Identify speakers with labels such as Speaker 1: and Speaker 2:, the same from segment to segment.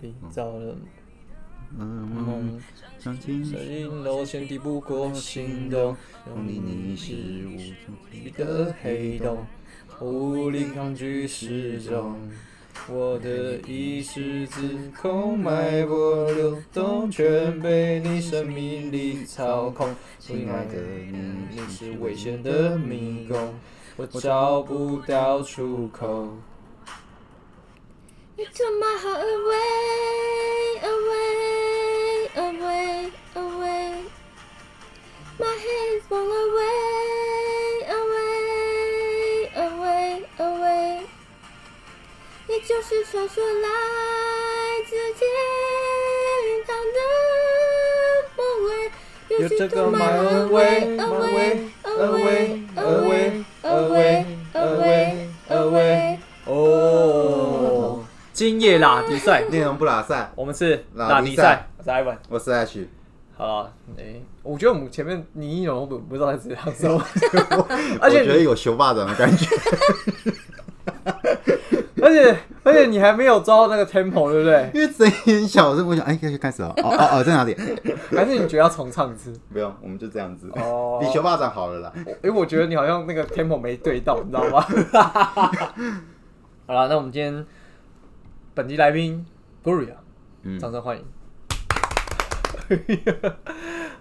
Speaker 1: 里造了
Speaker 2: 嗯，
Speaker 1: 梦，
Speaker 2: 相信
Speaker 1: 这一楼前敌不过心动，用力你是无底的黑洞，无力抗拒失重。我的意识自控，脉搏流动，全被你生命力操控。亲爱的你，你是危险的迷宫，我找不到出口。
Speaker 3: You took my heart away, away, away, away. My head fall away, away, away, away. 你就是传说来自天堂的梦味。
Speaker 1: You took my away, away, away, away, away, away, away. 哦，今夜拉迪赛，
Speaker 2: 内容不拉塞，
Speaker 1: 我们是
Speaker 2: 拉
Speaker 1: 拉
Speaker 2: 迪
Speaker 1: 迪
Speaker 2: 赛
Speaker 1: 赛，哦我是艾文。
Speaker 2: 我是 H，
Speaker 1: 好了，诶，我觉得我们前面你一容我不知道在怎样说，
Speaker 2: 我
Speaker 1: 而且
Speaker 2: 觉
Speaker 1: 你
Speaker 2: 得有熊霸掌的感觉，
Speaker 1: 而且而且你还没有抓到那个 tempo，对不对？
Speaker 2: 因为声音很小，所以我想，哎，开始开始了， 哦哦哦，在哪里？
Speaker 1: 还是你觉得要重唱一次？
Speaker 2: 不用，我们就这样子，
Speaker 1: 哦
Speaker 2: 比熊霸掌好了啦。
Speaker 1: 因为我觉得你好像那个 tempo 没对到，你知道吗？好了，那我们今天本集来宾 Gloria，
Speaker 2: 嗯
Speaker 1: 掌声欢迎。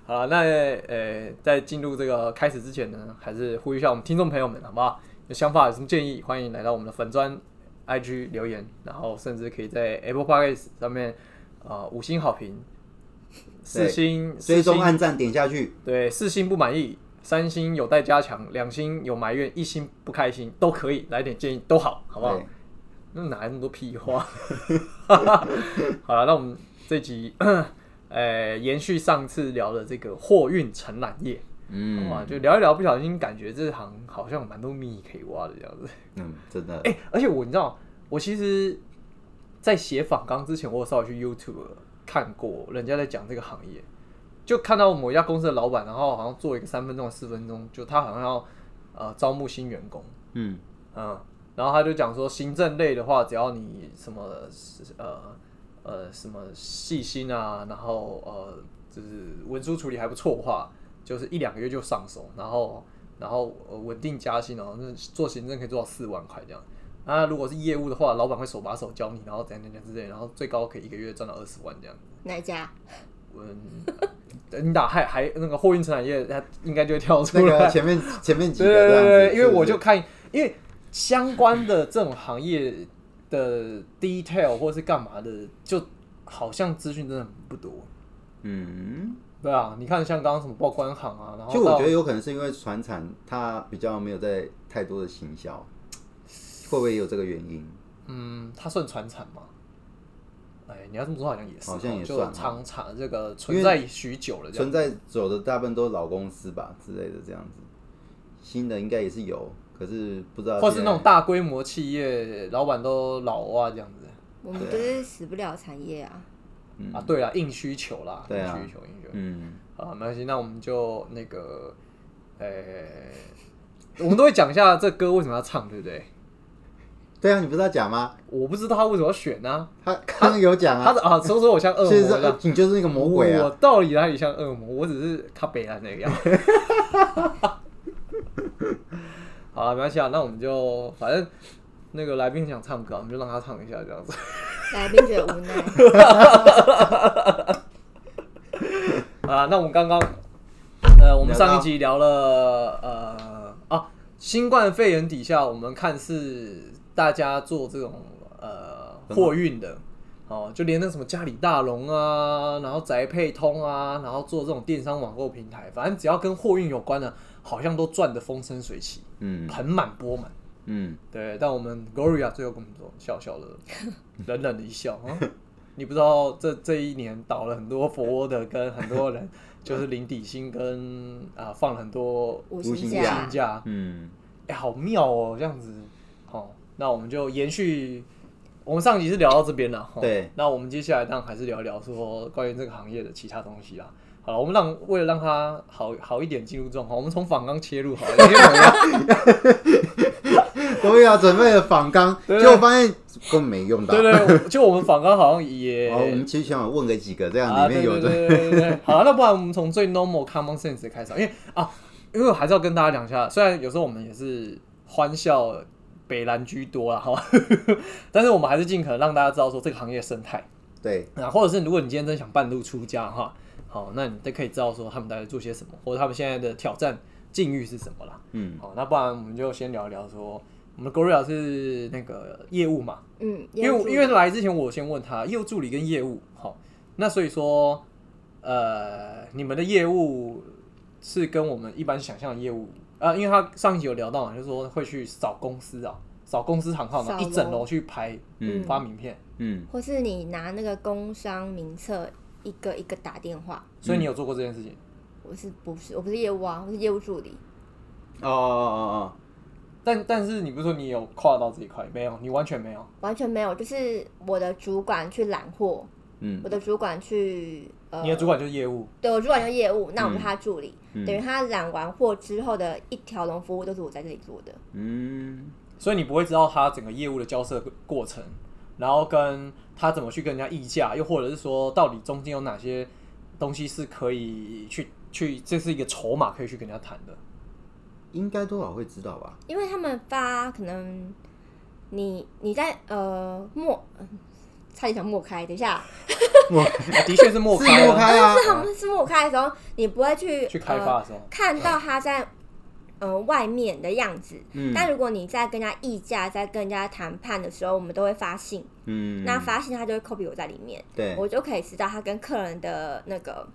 Speaker 1: 好啦，那呃，在进入这个开始之前呢，还是呼吁一下我们听众朋友们，好不好？有想法、有什么建议，欢迎来到我们的粉砖、IG 留言，然后甚至可以在 Apple Podcast 上面呃五星好评，四星
Speaker 2: 追踪
Speaker 1: 四星
Speaker 2: 按赞点下去，
Speaker 1: 对，四星不满意，三星有待加强，两星有埋怨，一星不开心，都可以来点建议，都好，好不好
Speaker 2: 对？
Speaker 1: 那哪来那么多屁话？ 好了，那我们这集， 呃，延续上次聊的这个货运承揽业，
Speaker 2: 嗯
Speaker 1: 哇、就聊一聊，不小心感觉这行好像有蛮多秘可以挖的这样子。
Speaker 2: 嗯，真的
Speaker 1: 哎、，而且我你知道，我其实，在写访纲之前，我有稍微去 YouTube 看过人家在讲这个行业，就看到某一家公司的老板，然后好像做一个三分钟、四分钟，就他好像要呃招募新员工，
Speaker 2: 嗯，
Speaker 1: 嗯，然后他就讲说，行政类的话，只要你什么呃呃什么细心啊，然后呃就是文书处理还不错的话，就是一两个月就上手，然后然后呃稳定加薪哦，那做行政可以做到四万块这样。啊，如果是业务的话，老板会手把手教你，然后怎样怎样之类，然后最高可以一个月赚到二十万这样。
Speaker 3: 哪一家？
Speaker 1: 嗯，你打还还那个货运承揽业，它应该就会跳出
Speaker 2: 那
Speaker 1: 来。
Speaker 2: 个 前面前面几个
Speaker 1: 对
Speaker 2: 这
Speaker 1: 对
Speaker 2: 样子
Speaker 1: 对，对因为
Speaker 2: 是不是
Speaker 1: 我就看，因为相关的这种行业的 detail 或是干嘛的，就好像资讯真的不多。
Speaker 2: 嗯，
Speaker 1: 对啊，你看像刚刚什么报关行啊，然后
Speaker 2: 就我
Speaker 1: 到
Speaker 2: 觉得有可能是因为船产它比较没有在太多的行销，会不会有这个原因？
Speaker 1: 嗯，它算传产吗？哎，你要这么说好像也是哦，
Speaker 2: 好像也
Speaker 1: 就
Speaker 2: 算哦
Speaker 1: 长产这个
Speaker 2: 因
Speaker 1: 存
Speaker 2: 为
Speaker 1: 在许久了，这样
Speaker 2: 存在走的大部分都是老公司吧之类的这样子，新的应该也是有，可是不知道
Speaker 1: 或是那
Speaker 2: 现
Speaker 1: 种大规模企业老板都老啊这样子。
Speaker 3: 我们不是死不了产业啊。
Speaker 1: 啊，对啊，硬需求啦，
Speaker 2: 对啊
Speaker 1: 硬需求，硬需求
Speaker 2: 在。嗯
Speaker 1: 啊，没关系，那我们就那个，呃、我们都会讲一下这歌为什么要唱，对不对？
Speaker 2: 对啊，你不是要讲吗？
Speaker 1: 我不知道他为什么要选呢、
Speaker 2: 他刚刚有讲
Speaker 1: 他
Speaker 2: 啊
Speaker 1: 的，啊，说说我像恶魔
Speaker 2: 其实
Speaker 1: 这样，
Speaker 2: 是你就是那个魔鬼
Speaker 1: 我
Speaker 2: 啊，
Speaker 1: 到底哪里像恶魔？我只是卡北啊兰那个样。 好了，没关系啊，那我们就反正那个来宾想唱歌啊，我们就让他唱一下这样子。
Speaker 3: 来宾觉得 无奈，
Speaker 1: 啊，那我们刚刚，呃，我们上一集聊了，呃，啊，新冠肺炎底下，我们看似大家做这种呃货运的，哦，就连那什么家里大龙啊，然后宅配通啊，然后做这种电商网购平台，反正只要跟货运有关的，好像都赚得风生水起，
Speaker 2: 嗯
Speaker 1: 盆满钵满。
Speaker 2: 嗯，
Speaker 1: 对，但我们 Gloria 最后跟我们说，笑笑 的，冷冷的一笑啊。你不知道这这一年倒了很多 forward 跟很多人，就是领底薪跟啊、放了很多
Speaker 3: 五
Speaker 2: 无
Speaker 3: 星
Speaker 2: 薪
Speaker 1: 薪
Speaker 3: 假。
Speaker 1: 假，
Speaker 2: 嗯，
Speaker 1: 哎、好妙哦，这样子。好、那我们就延续我们上集是聊到这边了。哦
Speaker 2: 对
Speaker 1: 那我们接下来当然还是聊一聊说关于这个行业的其他东西啦。好了，我们让为了 让它好好一点进入状况，我们从仿纲切入好了。因为我们要
Speaker 2: 终于啊，准备了仿钢，
Speaker 1: 对
Speaker 2: 结
Speaker 1: 对
Speaker 2: 果发现根本没用到。
Speaker 1: 对对，就我们访刚好像也
Speaker 2: 好，我们其实想问个几个，这样
Speaker 1: 啊，
Speaker 2: 里面
Speaker 1: 对对
Speaker 2: 有的
Speaker 1: 对对对 对。好，那不然我们从最 normal common sense 的开始啊，因为啊，因为我还是要跟大家讲一下，虽然有时候我们也是欢笑北蓝居多啦，好吧， 但是我们还是尽可能让大家知道说这个行业生态。
Speaker 2: 对
Speaker 1: 啊，或者是如果你今天真想半路出家哈，好，那你都可以知道说他们大概做些什么，或者他们现在的挑战境遇是什么啦。
Speaker 2: 嗯，
Speaker 1: 好，那不然我们就先聊一聊说，我们 Gloria 是那个业务嘛，
Speaker 3: 嗯，
Speaker 1: 因为我
Speaker 3: 要
Speaker 1: 因为来之前我先问他业务助理跟业务，好，那所以说，呃，你们的业务是跟我们一般想象的业务啊、因为他上一集有聊到嘛，就是说会去扫公司啊，扫公司行号嘛，
Speaker 3: 扫
Speaker 1: 一整
Speaker 3: 楼
Speaker 1: 楼去排
Speaker 2: 嗯
Speaker 1: 发名片，
Speaker 2: 嗯，
Speaker 3: 或是你拿那个工商名册一个一个打电话。
Speaker 1: 所以你有做过这件事情。
Speaker 3: 我是不是我不是业务啊？我是业务助理。
Speaker 2: 哦哦哦
Speaker 1: 但但是你不是说你有跨到这一块？没有，你完全没有。
Speaker 3: 完全没有，就是我的主管去揽货，
Speaker 2: 哦，嗯
Speaker 3: 我的主管去呃，
Speaker 1: 你的主管就是业务，
Speaker 3: 对我主管就业务，那我是
Speaker 2: 嗯
Speaker 3: 他助理，
Speaker 2: 嗯
Speaker 3: 等于他揽完货之后的一条龙服务都是我在这里做的。
Speaker 2: 嗯
Speaker 1: 所以你不会知道他整个业务的交涉过程，然后跟他怎么去跟人家议价，又或者是说到底中间有哪些东西是可以去去，这是一个筹码可以去跟人家谈的。
Speaker 2: 应该多少会知道吧？
Speaker 3: 因为他们发可能你你在呃默，呃差点想默开，等一下，
Speaker 1: 啊的确是莫
Speaker 2: 是
Speaker 1: 开
Speaker 2: 莫
Speaker 1: 啊，
Speaker 2: 开啊，
Speaker 3: 他们是默开的时候，你不会去
Speaker 1: 去开发的时候
Speaker 3: 呃、看到他在呃外面的样子。
Speaker 2: 嗯
Speaker 3: 但如果你在跟人家议价、在跟人家谈判的时候，我们都会发信，
Speaker 2: 嗯，
Speaker 3: 那发信他就会 copy 我在里面，
Speaker 2: 对，
Speaker 3: 我就可以知道他跟客人的那个。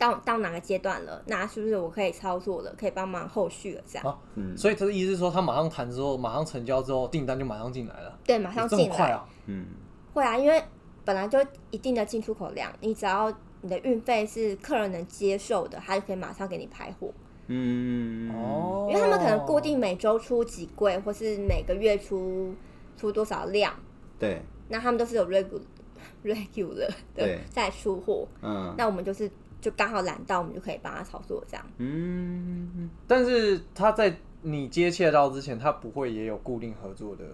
Speaker 3: 到到哪个阶段了？那是不是我可以操作了？可以帮忙后续了？这样、
Speaker 1: 啊
Speaker 2: 嗯
Speaker 1: 所以他的意思是说，他马上谈之后，马上成交之后，订单就马上进来了，
Speaker 3: 对，马上
Speaker 1: 这
Speaker 3: 进
Speaker 1: 么
Speaker 3: 来。
Speaker 1: 快啊？
Speaker 2: 嗯
Speaker 3: 会啊，因为本来就一定的进出口量，你只要你的运费是客人能接受的，他就可以马上给你排货。
Speaker 2: 嗯，
Speaker 1: 哦，
Speaker 3: 因为他们可能固定每周出几柜，或是每个月出出多少量，
Speaker 2: 对，
Speaker 3: 那他们都是有 regular regular 的
Speaker 2: 对
Speaker 3: 在出货。
Speaker 2: 嗯
Speaker 3: 那我们就是就刚好揽到，我们就可以帮他操作这样。
Speaker 2: 嗯，
Speaker 1: 但是他在你接洽到之前，他不会也有固定合作的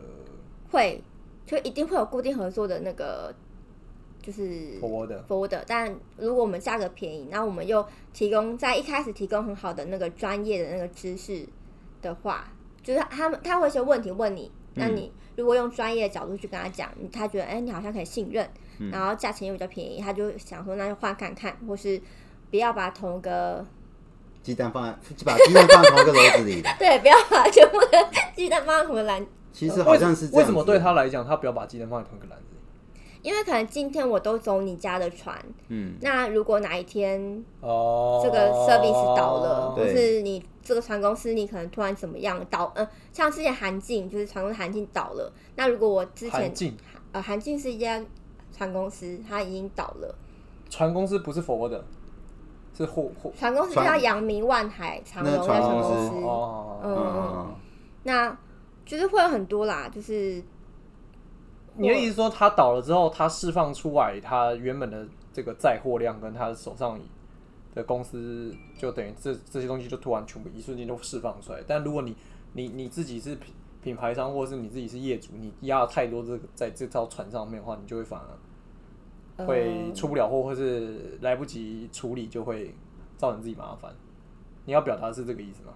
Speaker 3: 会就一定会有固定合作的那个，就是
Speaker 1: 火锅的。
Speaker 3: for 的，但如果我们价格便宜，那我们又提供在一开始提供很好的那个专业的那个知识的话，就是他们他会有一些问题问你，那你如果用专业的角度去跟他讲，你他觉得哎、你好像可以信任，
Speaker 2: 嗯
Speaker 3: 然后价钱又比较便宜，他就想说那就换看看，或是不要把同一个
Speaker 2: 鸡蛋放在把鸡蛋放在 同一个篓子里的，
Speaker 3: 对不要把全部的鸡蛋放在同一个篮
Speaker 2: 其实好像是这样子
Speaker 1: 为什么对他？来讲，他不要把鸡蛋放在同一个篮子里？
Speaker 3: 因为可能今天我都走你家的船，
Speaker 2: 嗯
Speaker 3: 那如果哪一天
Speaker 1: 哦，
Speaker 3: 这个 service 倒了，或
Speaker 2: 对
Speaker 3: 是你这个船公司你可能突然怎么样倒，嗯、像之前韩进就是船公司韩进倒了，那如果我之前
Speaker 1: 韩进
Speaker 3: 呃韩进是一家船公司，它已经倒了，
Speaker 1: 船公司不是佛的，是货货
Speaker 3: 船公司
Speaker 2: 船
Speaker 3: 叫阳明万海长
Speaker 2: 那
Speaker 3: 荣
Speaker 2: 船
Speaker 3: 公
Speaker 2: 公司
Speaker 3: 司，
Speaker 1: 哦，
Speaker 3: 嗯
Speaker 2: 嗯
Speaker 3: 那就是会有很多啦，就是
Speaker 1: 你的意思说他倒了之后，他释放出来他原本的这个载货量跟他手上的公司，就等于这这些东西就突然全部一瞬间就释放出来。但如果你你你自己是品品牌商，或者是你自己是业主，你压了太多这个在这艘船上面的话，你就会反而
Speaker 3: 呃
Speaker 1: 会出不了货，或是来不及处理，就会造成自己麻烦。你要表达的是这个意思吗？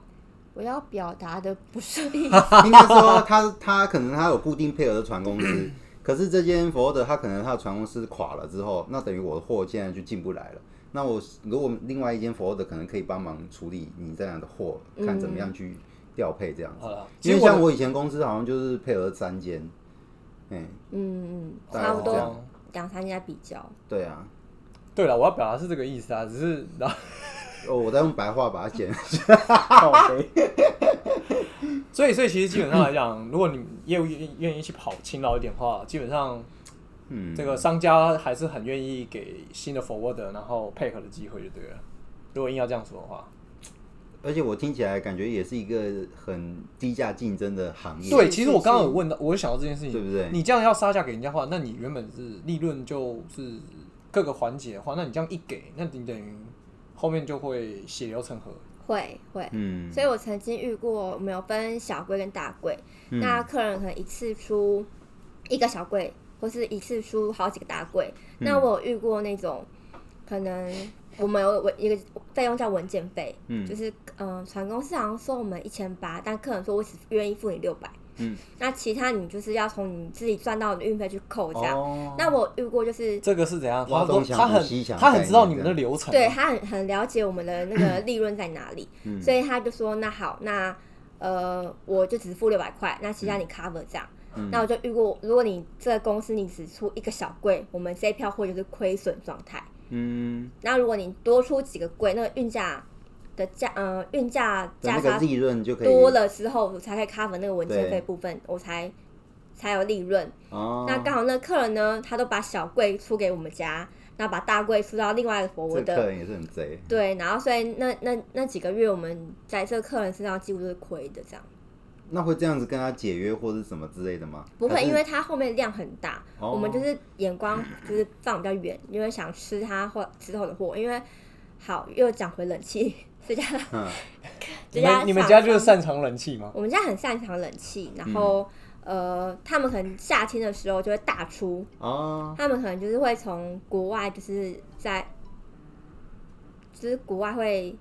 Speaker 3: 我要表达的不 是意思，
Speaker 2: 应该说他他可能他有固定配合的船公司，可是这间 f o r d 他可能他的船公司垮了之后，那等于我的货现在就进不来了。那我如果另外一间 f o r d 可能可以帮忙处理你这样的货，看怎么样去调配这样子。
Speaker 1: 好了，
Speaker 2: 因为
Speaker 1: 哦其实
Speaker 2: 像
Speaker 1: 的
Speaker 2: 我以前公司好像就是配合三间，嗯，
Speaker 3: 嗯，
Speaker 2: 大概
Speaker 3: 差
Speaker 2: 是
Speaker 3: 不
Speaker 2: 这
Speaker 3: 多
Speaker 2: 样
Speaker 3: 两三家比较，
Speaker 2: 对啊，
Speaker 1: 对了，我要表达是这个意思啊，只是然后
Speaker 2: 哦，我在用白话把它剪。
Speaker 1: 所以，所以其实基本上来讲，如果你业务愿愿意去跑勤劳一点的话，基本上
Speaker 2: 嗯，
Speaker 1: 这个商家还是很愿意给新的 forward 然后配合的机会就对了。如果硬要这样说的话，
Speaker 2: 而且我听起来感觉也是一个很低价竞争的行业，
Speaker 1: 对，其实我刚刚有问到，我有想到这件事情，
Speaker 2: 对不对
Speaker 1: 你这样要杀价给人家的话，那你原本是利润就是各个环节的话，那你这样一给，那你等于后面就会血流成河。
Speaker 3: 会会，
Speaker 2: 嗯，
Speaker 3: 所以我曾经遇过，我们有分小柜跟大柜，
Speaker 2: 嗯
Speaker 3: 那客人可能一次出一个小柜，或是一次出好几个大柜。
Speaker 2: 嗯
Speaker 3: 那我有遇过那种，可能我们有文一个费用叫文件费，
Speaker 2: 嗯
Speaker 3: 就是嗯，船公司好像收我们一千八，但客人说我只愿意付你六百，
Speaker 2: 嗯，
Speaker 3: 那其他你就是要从你自己赚到的运费去扣这样。
Speaker 2: 哦
Speaker 3: 那我遇过就是
Speaker 1: 这个是怎样？
Speaker 2: 挖
Speaker 1: 他
Speaker 2: 东
Speaker 1: 都
Speaker 2: 墙
Speaker 1: 他
Speaker 2: 补
Speaker 1: 很
Speaker 2: 西墙
Speaker 1: 他
Speaker 2: 概
Speaker 1: 很知道
Speaker 2: 念
Speaker 1: 你们的流程，
Speaker 3: 对，他很很了解我们的那个利润在哪里，
Speaker 2: 嗯
Speaker 3: 所以他就说那好，那呃我就只付六百块，那其他你 cover 这样。
Speaker 2: 嗯
Speaker 3: 那我就遇过，如果你这个公司你只出一个小柜，我们这一票货就是亏损状态。
Speaker 2: 嗯，
Speaker 3: 那如果你多出几个柜，那个运价的价呃运价
Speaker 2: 的
Speaker 3: 价
Speaker 2: 那个
Speaker 3: 差
Speaker 2: 利润就可以
Speaker 3: 多了之后，我才可以 cover 那个文件
Speaker 2: 对
Speaker 3: 费部分，我才才有利润。
Speaker 2: 哦，
Speaker 3: 那刚好那客人呢，他都把小柜出给我们家，那把大柜出到另外一个佛
Speaker 2: 这
Speaker 3: 我
Speaker 2: 客
Speaker 3: 的。
Speaker 2: 人也是很贼，
Speaker 3: 对，然后所以那那那几个月，我们在这个客人身上几乎都是亏的这样。
Speaker 2: 那会这样子跟他解约或是什么之类的吗？
Speaker 3: 不
Speaker 2: 还
Speaker 3: 会，
Speaker 2: 是
Speaker 3: 因为它后面量很大，
Speaker 2: 哦
Speaker 3: 我们就是眼光就是放比较远，因为想吃它或之后的货。因为好又讲回冷气，这家
Speaker 2: 嗯
Speaker 1: 你
Speaker 3: 这家
Speaker 1: 们你们
Speaker 3: 厂
Speaker 1: 家就是
Speaker 3: 商
Speaker 1: 擅长冷气吗？
Speaker 3: 我们家很擅长冷气，
Speaker 2: 嗯
Speaker 3: 然后、呃，他们可能夏天的时候就会大出，
Speaker 2: 哦，
Speaker 3: 他们可能就是会从国外就是在，就是国外会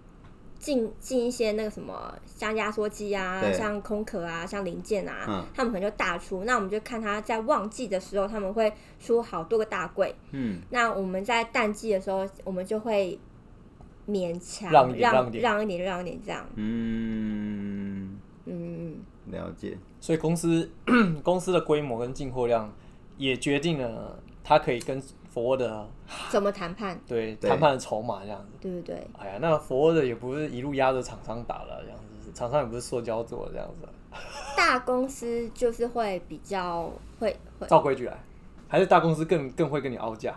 Speaker 3: 进进一些那个什么，像压缩机啊，
Speaker 2: 对
Speaker 3: 像空壳啊，像零件啊，
Speaker 2: 嗯
Speaker 3: 他们可能就大出。那我们就看他在旺季的时候，他们会出好多个大柜。
Speaker 2: 嗯
Speaker 3: 那我们在淡季的时候，我们就会勉强
Speaker 1: 让一点让
Speaker 3: 让
Speaker 1: 一点
Speaker 3: 让一点让一点这样。
Speaker 2: 嗯，
Speaker 3: 嗯，
Speaker 2: 了解，
Speaker 1: 所以公司 公司的规模跟进货量也决定了他可以跟 Ford
Speaker 3: 怎么谈判？
Speaker 1: 对
Speaker 2: 对
Speaker 1: 谈判的筹码这样子。
Speaker 3: 对不对？
Speaker 1: 哎呀，那 Ford 也不是一路压着厂商打了这样子，厂商也不是塑胶做的这样子，
Speaker 3: 大公司就是会比较会会，
Speaker 1: 照规矩来，还是大公司更更会跟你凹价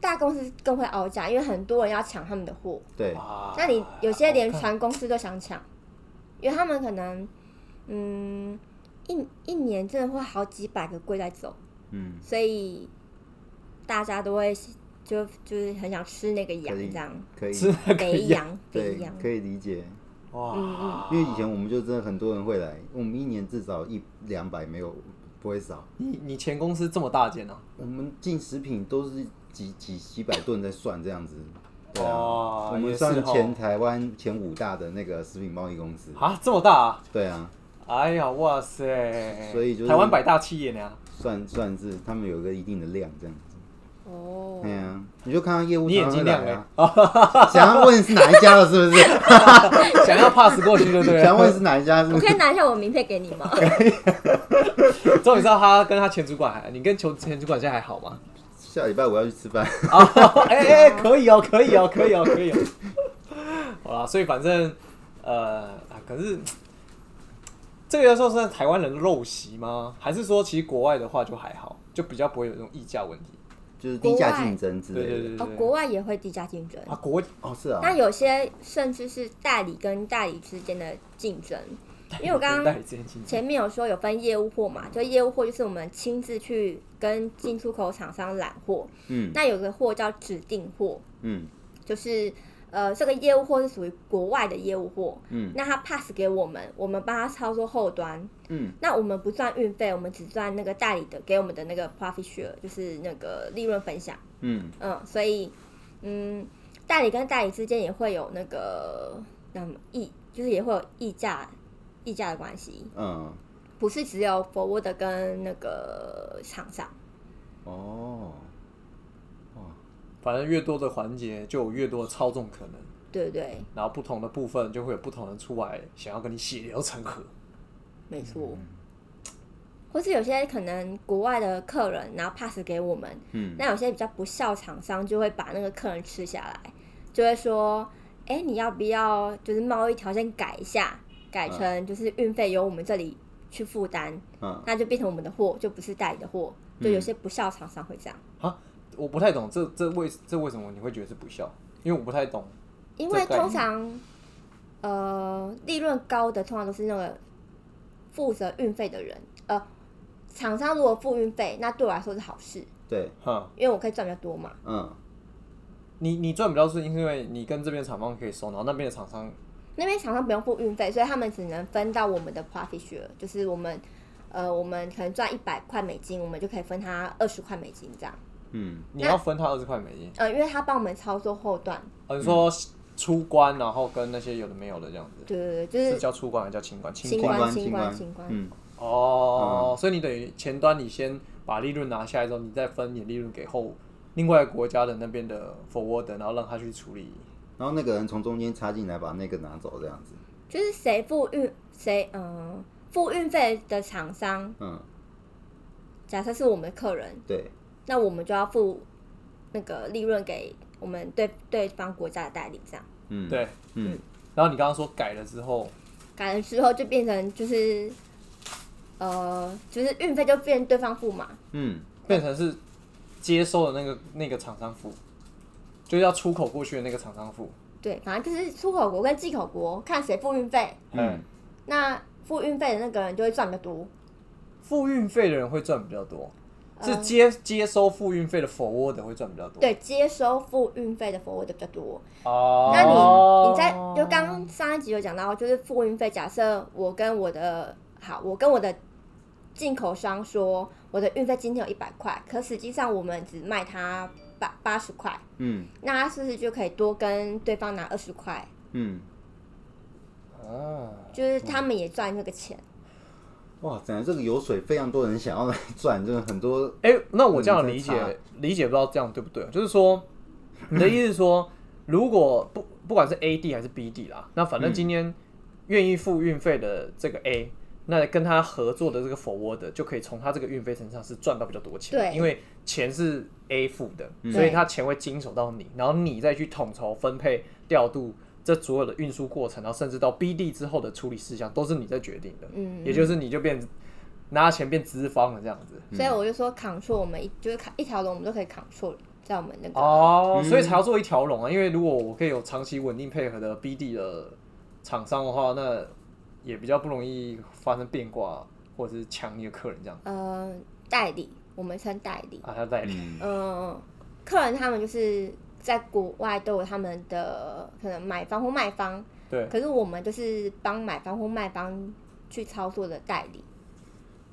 Speaker 3: 大公司更会熬价，因为很多人要抢他们的货。
Speaker 2: 对，
Speaker 1: 啊？
Speaker 3: 那你有些连
Speaker 1: 好看
Speaker 3: 船公司都想抢，因为他们可能嗯一一年真的会好几百个柜在走，
Speaker 2: 嗯，
Speaker 3: 所以大家都会就就是很想吃那个羊
Speaker 2: 可以
Speaker 3: 这 样，嗯
Speaker 2: 可以，
Speaker 1: 是那个
Speaker 3: 肥
Speaker 1: 样
Speaker 3: 羊肥
Speaker 2: 对
Speaker 3: 羊，，
Speaker 2: 可以理解，
Speaker 1: 哇，
Speaker 2: 因为以前我们就真的很多人会来，我们一年至少一两百没有不会少，
Speaker 1: 你你前公司这么大间啊？
Speaker 2: 我们进食品都是几几几百吨在算这样子。对啊，
Speaker 1: 哇
Speaker 2: 我
Speaker 1: 也
Speaker 2: 们
Speaker 1: 是
Speaker 2: 算
Speaker 1: 吼
Speaker 2: 前台湾前五大的那个食品贸易公司。
Speaker 1: 啊，这么大啊！
Speaker 2: 对啊，
Speaker 1: 哎呀，哇塞！
Speaker 2: 所以就是
Speaker 1: 台湾百大企业呢，
Speaker 2: 算算是他们有一个一定的量这样子。
Speaker 3: 哦，
Speaker 2: 对啊，你就看到业务
Speaker 1: 你眼
Speaker 2: 常
Speaker 1: 睛
Speaker 2: 常
Speaker 1: 亮欸
Speaker 2: 来啊
Speaker 1: 了，，
Speaker 2: 想要问是哪一家了，是不是？
Speaker 1: 想要 pass 过去就 对啊
Speaker 2: 想要
Speaker 1: 了。
Speaker 2: 问是哪一家，是
Speaker 3: 我
Speaker 2: 不
Speaker 3: 可
Speaker 2: 是？
Speaker 3: 以拿一下我名片给 你吗？
Speaker 1: 终于知道他跟他前主管还，你跟前前主管现在还好吗？
Speaker 2: 下礼拜我要去吃饭。
Speaker 1: 啊， 哎哎，哎可以哦，可以哦，可以哦，可以哦。 好啦，所以反正呃啊，可是这个时候是台湾人的陋习吗？还是说其实国外的话就还好，就比较不会有这种溢价问题？
Speaker 2: 就是低价竞争之
Speaker 1: 对对
Speaker 2: 类的。
Speaker 1: 对
Speaker 3: 哦
Speaker 1: 对，对，
Speaker 3: 国外也会低价竞争，
Speaker 1: 啊国
Speaker 2: 哦，是啊。
Speaker 3: 那有些甚至是代理跟代理之间的竞争，因为 我刚
Speaker 1: 代
Speaker 3: 刚
Speaker 1: 理之间竞争
Speaker 3: 前面有说有分业务货嘛，就业务货就是我们亲自去跟进出口厂商揽货，
Speaker 2: 嗯
Speaker 3: 那有个货叫指定货，
Speaker 2: 嗯
Speaker 3: 就是呃这个业务货是属于国外的业务货，
Speaker 2: 嗯
Speaker 3: 那他 pass 给我们，我们帮他操作后端，
Speaker 2: 嗯
Speaker 3: 那我们不赚运费，我们只赚那个代理的给我们的那个 profit share，就是那个利润分享。
Speaker 2: 嗯，
Speaker 3: 嗯，所以嗯，代理跟代理之间也会有那个嗯议，就是也会有议价议价的关系，
Speaker 2: 嗯，
Speaker 3: 不是只有 forward 跟那个厂商。
Speaker 2: 哦，
Speaker 1: 反正越多的环节就有越多的操纵可能，
Speaker 3: 对不对，
Speaker 1: 然后不同的部分就会有不同人出来想要跟你血流成河。
Speaker 3: 没错。或是有些可能国外的客人，然后 pass 给我们，
Speaker 2: 嗯
Speaker 3: 那有些比较不孝厂商就会把那个客人吃下来，就会说，哎、你要不要就是贸易条件改一下，改成就是运费由我们这里去负担，
Speaker 2: 嗯，
Speaker 3: 那就变成我们的货，就不是代理的货。就有些不孝厂商会这样，
Speaker 1: 我不太懂这这为这为什么你会觉得是不孝？因为我不太懂
Speaker 3: 因为
Speaker 1: 这概念
Speaker 3: 通常，呃，利润高的通常都是那个负责运费的人。呃，厂商如果付运费，那对我来说是好事，
Speaker 2: 对，
Speaker 1: 哈。
Speaker 3: 因为我可以赚比较多嘛。
Speaker 2: 嗯
Speaker 1: 你你赚比较顺，是因为你跟这边厂商可以收，然后那边的厂商
Speaker 3: 那边厂商不用付运费，所以他们只能分到我们的 profit share，就是我们呃我们可能赚一百块美金，我们就可以分他二十块美金这样。
Speaker 2: 嗯，
Speaker 1: 你要分他二十块美金。
Speaker 3: 呃，因为他帮我们操作后段，
Speaker 1: 哦，你说出关，然后跟那些有的没有的这样子，
Speaker 3: 对对对，嗯就是是
Speaker 1: 叫出关还是叫清关？
Speaker 3: 清
Speaker 1: 清
Speaker 3: 关
Speaker 1: 关。
Speaker 2: 关
Speaker 3: 清关
Speaker 2: 关
Speaker 3: 清关
Speaker 2: 嗯，
Speaker 1: 哦，所以你等于前端你先把利润拿下来之后，你再分你的利润给后另外国家的那边的 forward，然后让他去处理。
Speaker 2: 然后那个人从中间插进来，把那个拿走，这样子，
Speaker 3: 就是谁付运谁嗯付运费的厂商，
Speaker 2: 嗯，
Speaker 3: 假设是我们的客人，
Speaker 2: 对，
Speaker 3: 那我们就要付那个利润给我们对对方国家的代理这样。
Speaker 2: 嗯，，
Speaker 1: 对，
Speaker 2: 嗯，
Speaker 1: 然后你刚刚说改了之后，
Speaker 3: 改了之后就变成就是，呃，就是运费就变对方付嘛，
Speaker 2: 嗯，
Speaker 1: 变成是接收的那个那个厂商付，就是要出口过去的那个厂商付。
Speaker 3: 对，反正就是出口国跟进口国看谁付运费，
Speaker 1: 嗯
Speaker 2: 嗯，
Speaker 3: 那付运费的那个人就会赚比较多。
Speaker 1: 付运费的人会赚比较多，是
Speaker 3: 呃
Speaker 1: 接接收付运费的 forward 会赚比较多。
Speaker 3: 对，接收付运费的 forward 比较多。
Speaker 1: 哦，
Speaker 3: 那你你在就刚上一集有讲到，就是付运费，假设我跟我的好，我跟我的进口商说我的运费今天有一百块，可实际上我们只卖他八八十块，
Speaker 2: 嗯，
Speaker 3: 那他是不是就可以多跟对方拿二十块？
Speaker 2: 嗯，
Speaker 1: 哦，
Speaker 3: 就是他们也赚这个钱。
Speaker 2: 哇，真的这个油水非常多人想要来赚，真的很多，
Speaker 1: 哎、那我这样理
Speaker 2: 嗯在
Speaker 1: 解理解不知道这样对不对？就是说，你的意思是说，如果不不管是 A D 还是 B D 啦，那
Speaker 2: 嗯
Speaker 1: 反正今天愿意付运费的这个 A，、那跟他合作的这个 forward 就可以从他这个运费身上是赚到比较多钱，
Speaker 3: 对
Speaker 1: 因为钱是 A 付的，
Speaker 2: 嗯
Speaker 1: 所以他钱会经手到你，然后你再去统筹分配调度。这所有的运输过程，然后甚至到 B D 之后的处理事项，都是你在决定的，
Speaker 3: 嗯
Speaker 1: 也就是你嗯就变拿钱变资方了这样子。
Speaker 3: 所以我就说扛错，我们一就是扛一条龙，我们都可以扛错，在我们那个、
Speaker 1: 哦，所以才要做一条龙啊，因为如果我可以有长期稳定配合的 BD 的厂商的话，那也比较不容易发生变卦或者是抢你的客人这样
Speaker 3: 呃代理，我们称代理。
Speaker 1: 啊，他代理
Speaker 2: 嗯，
Speaker 3: 嗯，客人他们就是在国外都有他们的可能买方或卖方，
Speaker 1: 对，
Speaker 3: 可是我们就是帮买方或卖方去操作的代理，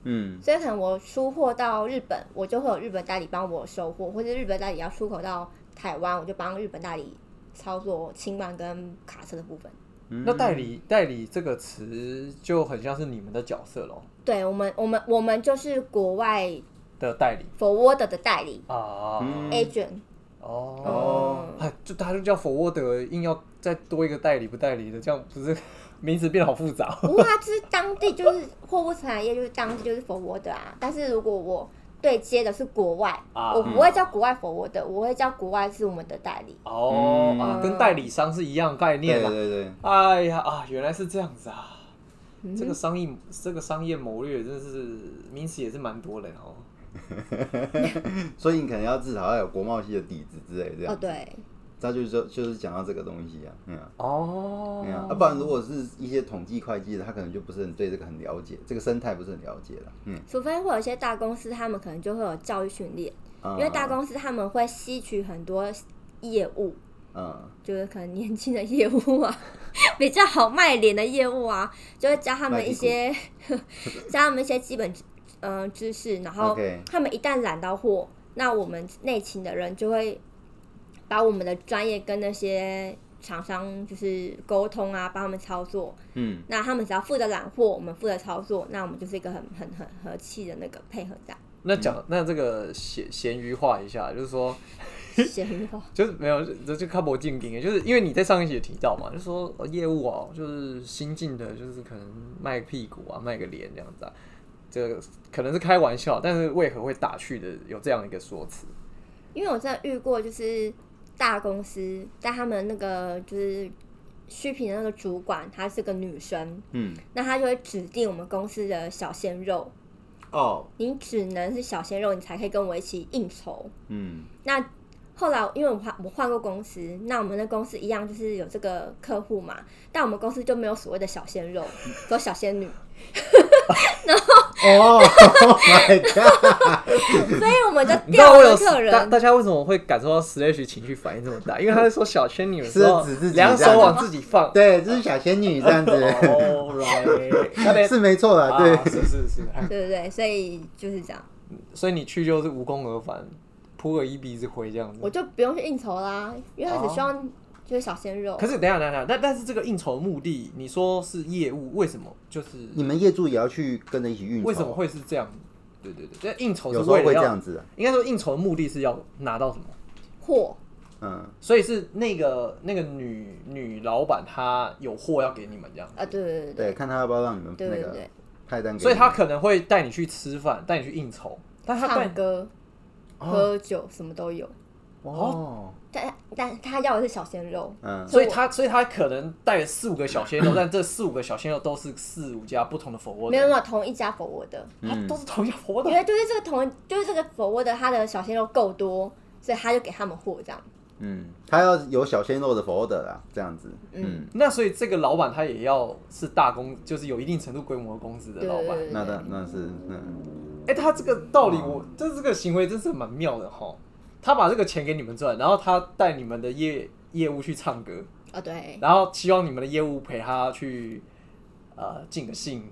Speaker 2: 嗯，
Speaker 3: 所以可能我出货到日本，我就会有日本代理帮我收货，或者日本代理要出口到台湾，我就帮日本代理操作轻慢跟卡车的部分。
Speaker 2: 嗯
Speaker 1: 那代理代理这个词就很像是你们的角色咯
Speaker 3: 对我们，我们我们就是国外
Speaker 1: 的代理
Speaker 3: forward 的代理、
Speaker 1: 啊，
Speaker 2: 嗯
Speaker 3: agent，
Speaker 1: 哦，哎就大家就叫 forward，硬要再多一个代理不代理的，这样不是 名词变得好复杂
Speaker 3: 不过它就是当地就是货物产业，就是当地就是 forward 啊。但是如果我对接的是国外，
Speaker 1: 啊
Speaker 3: 我不会叫国外 forward，我会叫国外是我们的代理。
Speaker 1: 哦
Speaker 2: 嗯
Speaker 1: 啊，跟代理商是一样概
Speaker 2: 对
Speaker 1: 念啦
Speaker 2: 对。对，
Speaker 1: 哎呀啊，原来是这样子啊！
Speaker 3: 嗯
Speaker 1: 这个商业这个商业谋略真的是名词也是蛮多的哦。
Speaker 2: 所以你可能要至少要有国贸系的底子之类这
Speaker 3: 哦，
Speaker 2: 样，
Speaker 3: 对，
Speaker 2: 他就是说就是讲到这个东西啊，嗯啊。
Speaker 1: 哦
Speaker 2: 对啊，啊不然如果是一些统计会计的，他可能就不是很对这个很了解，这个生态不是很了解了。嗯，
Speaker 3: 除非会有一些大公司，他们可能就会有教育训练，
Speaker 2: 啊
Speaker 3: 因为大，公司他们会吸取很多业务，
Speaker 2: 嗯
Speaker 3: 就是可能年轻的业务啊， 比较好卖脸的业务啊，就会教他们一些 教他们一些基本嗯、呃知识，然后
Speaker 2: OK
Speaker 3: 他们一旦揽到货，那我们内勤的人就会把我们的专业跟那些厂商就是沟通啊，帮他们操作。
Speaker 2: 嗯，
Speaker 3: 那他们只要负责揽货，我们负责操作，那我们就是一个很很很和气的那个配合站。
Speaker 1: 那讲那这个闲闲鱼化一下，就是说，
Speaker 3: 闲话，
Speaker 1: 就是没有这就看不进定，就是因为你在上一集也提到嘛，就说、呃业务哦，就是新进的，就是可能卖屁股啊，卖个脸这样子啊，这个可能是开玩笑，但是为何会打趣的有这样一个说辞？
Speaker 3: 因为我真的遇过，就是大公司，但他们那个就是续品的那个主管，她是个女生，
Speaker 2: 嗯，
Speaker 3: 那她就会指定我们公司的小鲜肉，
Speaker 2: 哦，
Speaker 3: 你只能是小鲜肉，你才可以跟我一起应酬。
Speaker 2: 嗯
Speaker 3: 那后来因为我换我换过公司，那我们的公司一样就是 有这个客户嘛，但我们公司就没有所谓的小鲜肉，只有小仙女。
Speaker 2: 哦，My God！
Speaker 3: 所以我们就
Speaker 1: 你知道
Speaker 3: 调
Speaker 1: 我有
Speaker 3: 了客
Speaker 1: 大
Speaker 3: 人。
Speaker 1: 大家为什么会感受到 Slash 情绪反应这么大？因为他在说小仙女的
Speaker 2: 是
Speaker 1: 时候
Speaker 2: 指自己，
Speaker 1: 两
Speaker 2: 这
Speaker 1: 手
Speaker 2: 样
Speaker 1: 往自己 放。
Speaker 2: 对，这是小仙女这样 子，
Speaker 1: 哦 right，
Speaker 2: 是没错的，
Speaker 1: 啊，
Speaker 2: 对。
Speaker 1: 是是是。哎
Speaker 3: 对不对？所以就是这样，
Speaker 1: 所以你去就是无功而返，扑个一鼻子灰这样
Speaker 3: 我
Speaker 1: 子。
Speaker 3: 就不用去应酬啦，因为他只希望就是小鲜肉
Speaker 1: 可。是等一下等一下，但但是这个应酬的目的，你说是业务，为什么？就是
Speaker 2: 你们业主也要去跟着一起运筹？
Speaker 1: 为什么会是这样？对对对，这应酬是
Speaker 2: 有时候
Speaker 1: 为
Speaker 2: 会
Speaker 1: 了要
Speaker 2: 这样，子啊？
Speaker 1: 应该说应酬的目的是要拿到什么？
Speaker 3: 货
Speaker 2: 嗯，
Speaker 1: 所以是那个那个女女老板她有货要给你们这样，
Speaker 3: 啊，对对
Speaker 2: 对，
Speaker 3: 对
Speaker 2: 看他要不要让你们
Speaker 3: 对
Speaker 2: 那
Speaker 3: 对
Speaker 2: 个
Speaker 3: 对
Speaker 2: 派单给你们。
Speaker 1: 所以她可能会带你去吃饭，带你去应酬，但
Speaker 3: 对，
Speaker 1: 她带
Speaker 3: 唱歌、喝酒什么都有，
Speaker 2: 哦，
Speaker 3: 但但他要的是小鲜肉，
Speaker 2: 嗯，
Speaker 1: 所以她所以她可能带了四五个小鲜肉，但这四五个小鲜肉都是四五家不同的火锅
Speaker 3: 没有
Speaker 1: 店，
Speaker 3: 没有同一家佛窝的，
Speaker 2: 哦嗯
Speaker 1: 她都是同一家火锅
Speaker 3: 因
Speaker 1: 店。
Speaker 3: 为就是这个同就是这个佛窝的，他的小鲜肉够多，所以他就给他们货这样。
Speaker 2: 嗯，他要有小鲜肉的 folder 啦，这样子，嗯，
Speaker 1: 那所以这个老板他也要是大公，就是有一定程度规模的公司的老板。
Speaker 3: 对
Speaker 2: 那那那是嗯，
Speaker 1: 哎、他这个道理我，这这个行为真是蛮妙的哈。他把这个钱给你们赚，然后他带你们的业业务去唱歌，
Speaker 3: 啊，对
Speaker 1: 然后希望你们的业务陪他去呃尽个兴，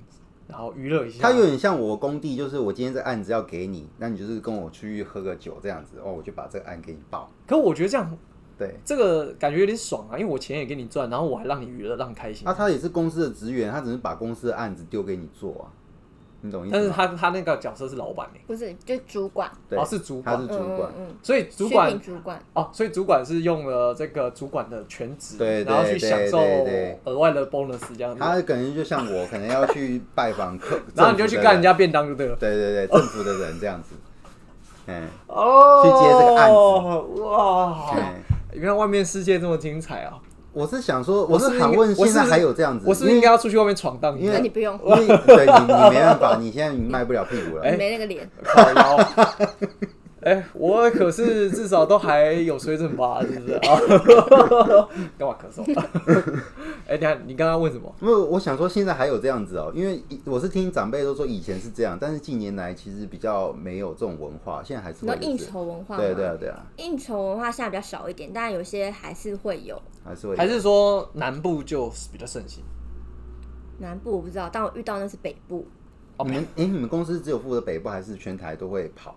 Speaker 1: 然后娱乐一下。
Speaker 2: 他有点像我工地，就是我今天这案子要给你，那你就是跟我去喝个酒这样子，哦，我就把这个案给你报，
Speaker 1: 可我觉得这样
Speaker 2: 对，
Speaker 1: 这个感觉有点爽啊，因为我钱也给你赚，然后我还让你娱乐，让你开心。
Speaker 2: 那、啊他也是公司的职员，他只是把公司的案子丢给你做啊，你懂意
Speaker 1: 但
Speaker 2: 思
Speaker 1: 是
Speaker 2: 吗？
Speaker 1: 他他那个角色是老板哎、
Speaker 3: 不是就是主管，
Speaker 2: 对，
Speaker 1: 哦是主管
Speaker 2: 他是
Speaker 3: 嗯
Speaker 2: 主管，
Speaker 3: 嗯嗯，
Speaker 1: 所以主管
Speaker 3: 食品主管，
Speaker 1: 哦，所以主管是用了这个主管的全职，
Speaker 2: 对
Speaker 1: 然后
Speaker 2: 对
Speaker 1: 去
Speaker 2: 对
Speaker 1: 享受
Speaker 2: 对对
Speaker 1: 额外的 bonus 这样子，
Speaker 2: 他可能就像我，可能要去拜访客，
Speaker 1: 然后你就去
Speaker 2: 政府的
Speaker 1: 干人家便当就对了
Speaker 2: 人，。对对对，政府的人这样子，嗯，
Speaker 1: 哦，
Speaker 2: 去接这个案
Speaker 1: 子，哦哇！
Speaker 2: 嗯
Speaker 1: 原来外面世界这么精彩啊！
Speaker 2: 我是想说，
Speaker 1: 我
Speaker 2: 我
Speaker 1: 是不
Speaker 2: 是
Speaker 1: 是
Speaker 2: 想
Speaker 1: 应
Speaker 2: 问，
Speaker 1: 我
Speaker 2: 现
Speaker 1: 是不
Speaker 2: 在
Speaker 1: 是
Speaker 2: 还有这样子，
Speaker 1: 我是不
Speaker 2: 因
Speaker 1: 是
Speaker 2: 为
Speaker 1: 应该要出去外面闯荡一
Speaker 2: 因
Speaker 1: 下
Speaker 2: 为
Speaker 3: 那？你不 用，
Speaker 2: 因为对你你没办法，你现在你迈不了屁股了。
Speaker 1: 哎
Speaker 3: 你没那个脸，
Speaker 1: 靠腰 哎，我可是至少都还有水准吧，是不是 啊？干嘛咳嗽？ 哎，等一下你刚刚问什么？
Speaker 2: 因为我想说，现在还有这样子哦、因为以我是听长辈都说以前是这样，但是近年来其实比较没有这种文化，现在还是会
Speaker 3: 你说
Speaker 2: 有
Speaker 3: 应
Speaker 2: 这样
Speaker 3: 酬文化吗？
Speaker 2: 对对啊对啊，
Speaker 3: 应酬文化现在比较少一点，但有些还是会有。
Speaker 2: 还是会有
Speaker 1: 还是说南部就比较盛行？
Speaker 3: 南部我不知道，但我遇到那是北部，
Speaker 2: 你们哎、诶你们公司只有负责北部，还是全台都会跑？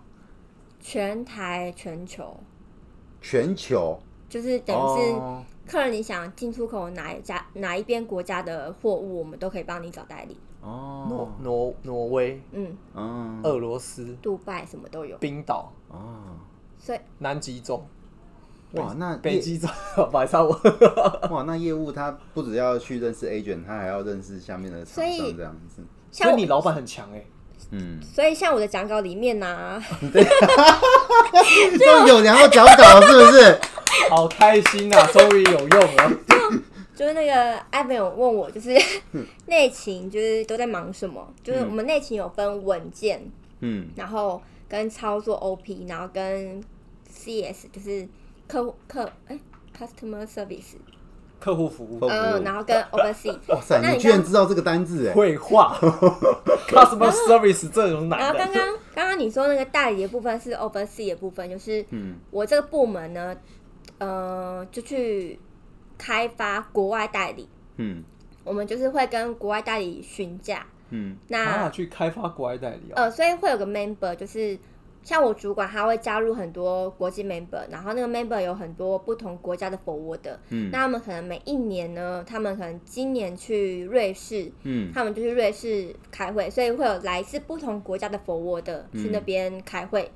Speaker 3: 全台全球，
Speaker 2: 全球
Speaker 3: 就是等于是
Speaker 1: 哦，
Speaker 3: 客人你想进出口哪一家哪一边国家的货物，我们都可以帮你找代理。
Speaker 1: 挪
Speaker 2: 哦，
Speaker 1: 挪挪威、
Speaker 3: 嗯，
Speaker 2: 嗯
Speaker 1: 俄罗斯、
Speaker 3: 杜拜什么都有，
Speaker 1: 冰岛、
Speaker 2: 哦，
Speaker 3: 所以
Speaker 1: 南极洲、
Speaker 2: 哇，那
Speaker 1: 北
Speaker 2: 业
Speaker 1: 极洲， 白沙我。
Speaker 2: 哇，那业务他不只要去认识 agent，他还要认识下面的厂
Speaker 3: 所以
Speaker 2: 商这样子，
Speaker 1: 所
Speaker 3: 像
Speaker 1: 以
Speaker 3: 我
Speaker 1: 你老板很强哎、
Speaker 2: 嗯，
Speaker 3: 所以像我的讲稿里面呢、
Speaker 2: 这有然后找找是不是？
Speaker 1: 好开心 啊！终于有用了。
Speaker 3: 就是那个艾文有问我，就是
Speaker 1: 嗯
Speaker 3: 内勤就是都在忙什么？就是我们内勤有分文件，
Speaker 2: 嗯
Speaker 3: 然后跟操作 OP，然后跟 CS 就是客户客哎 customer service，
Speaker 1: 客户服务
Speaker 2: 客户
Speaker 3: 嗯，然后跟 oversee，
Speaker 2: 哇塞，
Speaker 3: 那
Speaker 2: 你
Speaker 3: 你
Speaker 2: 居然
Speaker 3: 刚
Speaker 2: 知道这个单字哎！
Speaker 1: 绘 画，customer service 这种
Speaker 3: 然
Speaker 1: 难
Speaker 3: 后刚
Speaker 1: 的。
Speaker 3: 刚刚刚你说那个代理的部分是 oversee 的部分，就是
Speaker 2: 嗯
Speaker 3: 我这个部门呢，呃，就去开发国外代理，
Speaker 2: 嗯
Speaker 3: 我们就是会跟国外代理询价，
Speaker 2: 嗯
Speaker 3: 那、
Speaker 1: 啊，去开发国外代理哦。
Speaker 3: 呃，所以会有个 member，就是像我主管，他会加入很多国际 member，然后那个 member 有很多不同国家的 forward，、
Speaker 2: 嗯
Speaker 3: 那他们可能每一年呢，他们可能今年去瑞士，
Speaker 2: 嗯
Speaker 3: 他们就去瑞士开会，所以会有来自不同国家的 forward
Speaker 2: 嗯
Speaker 3: 去那边开会，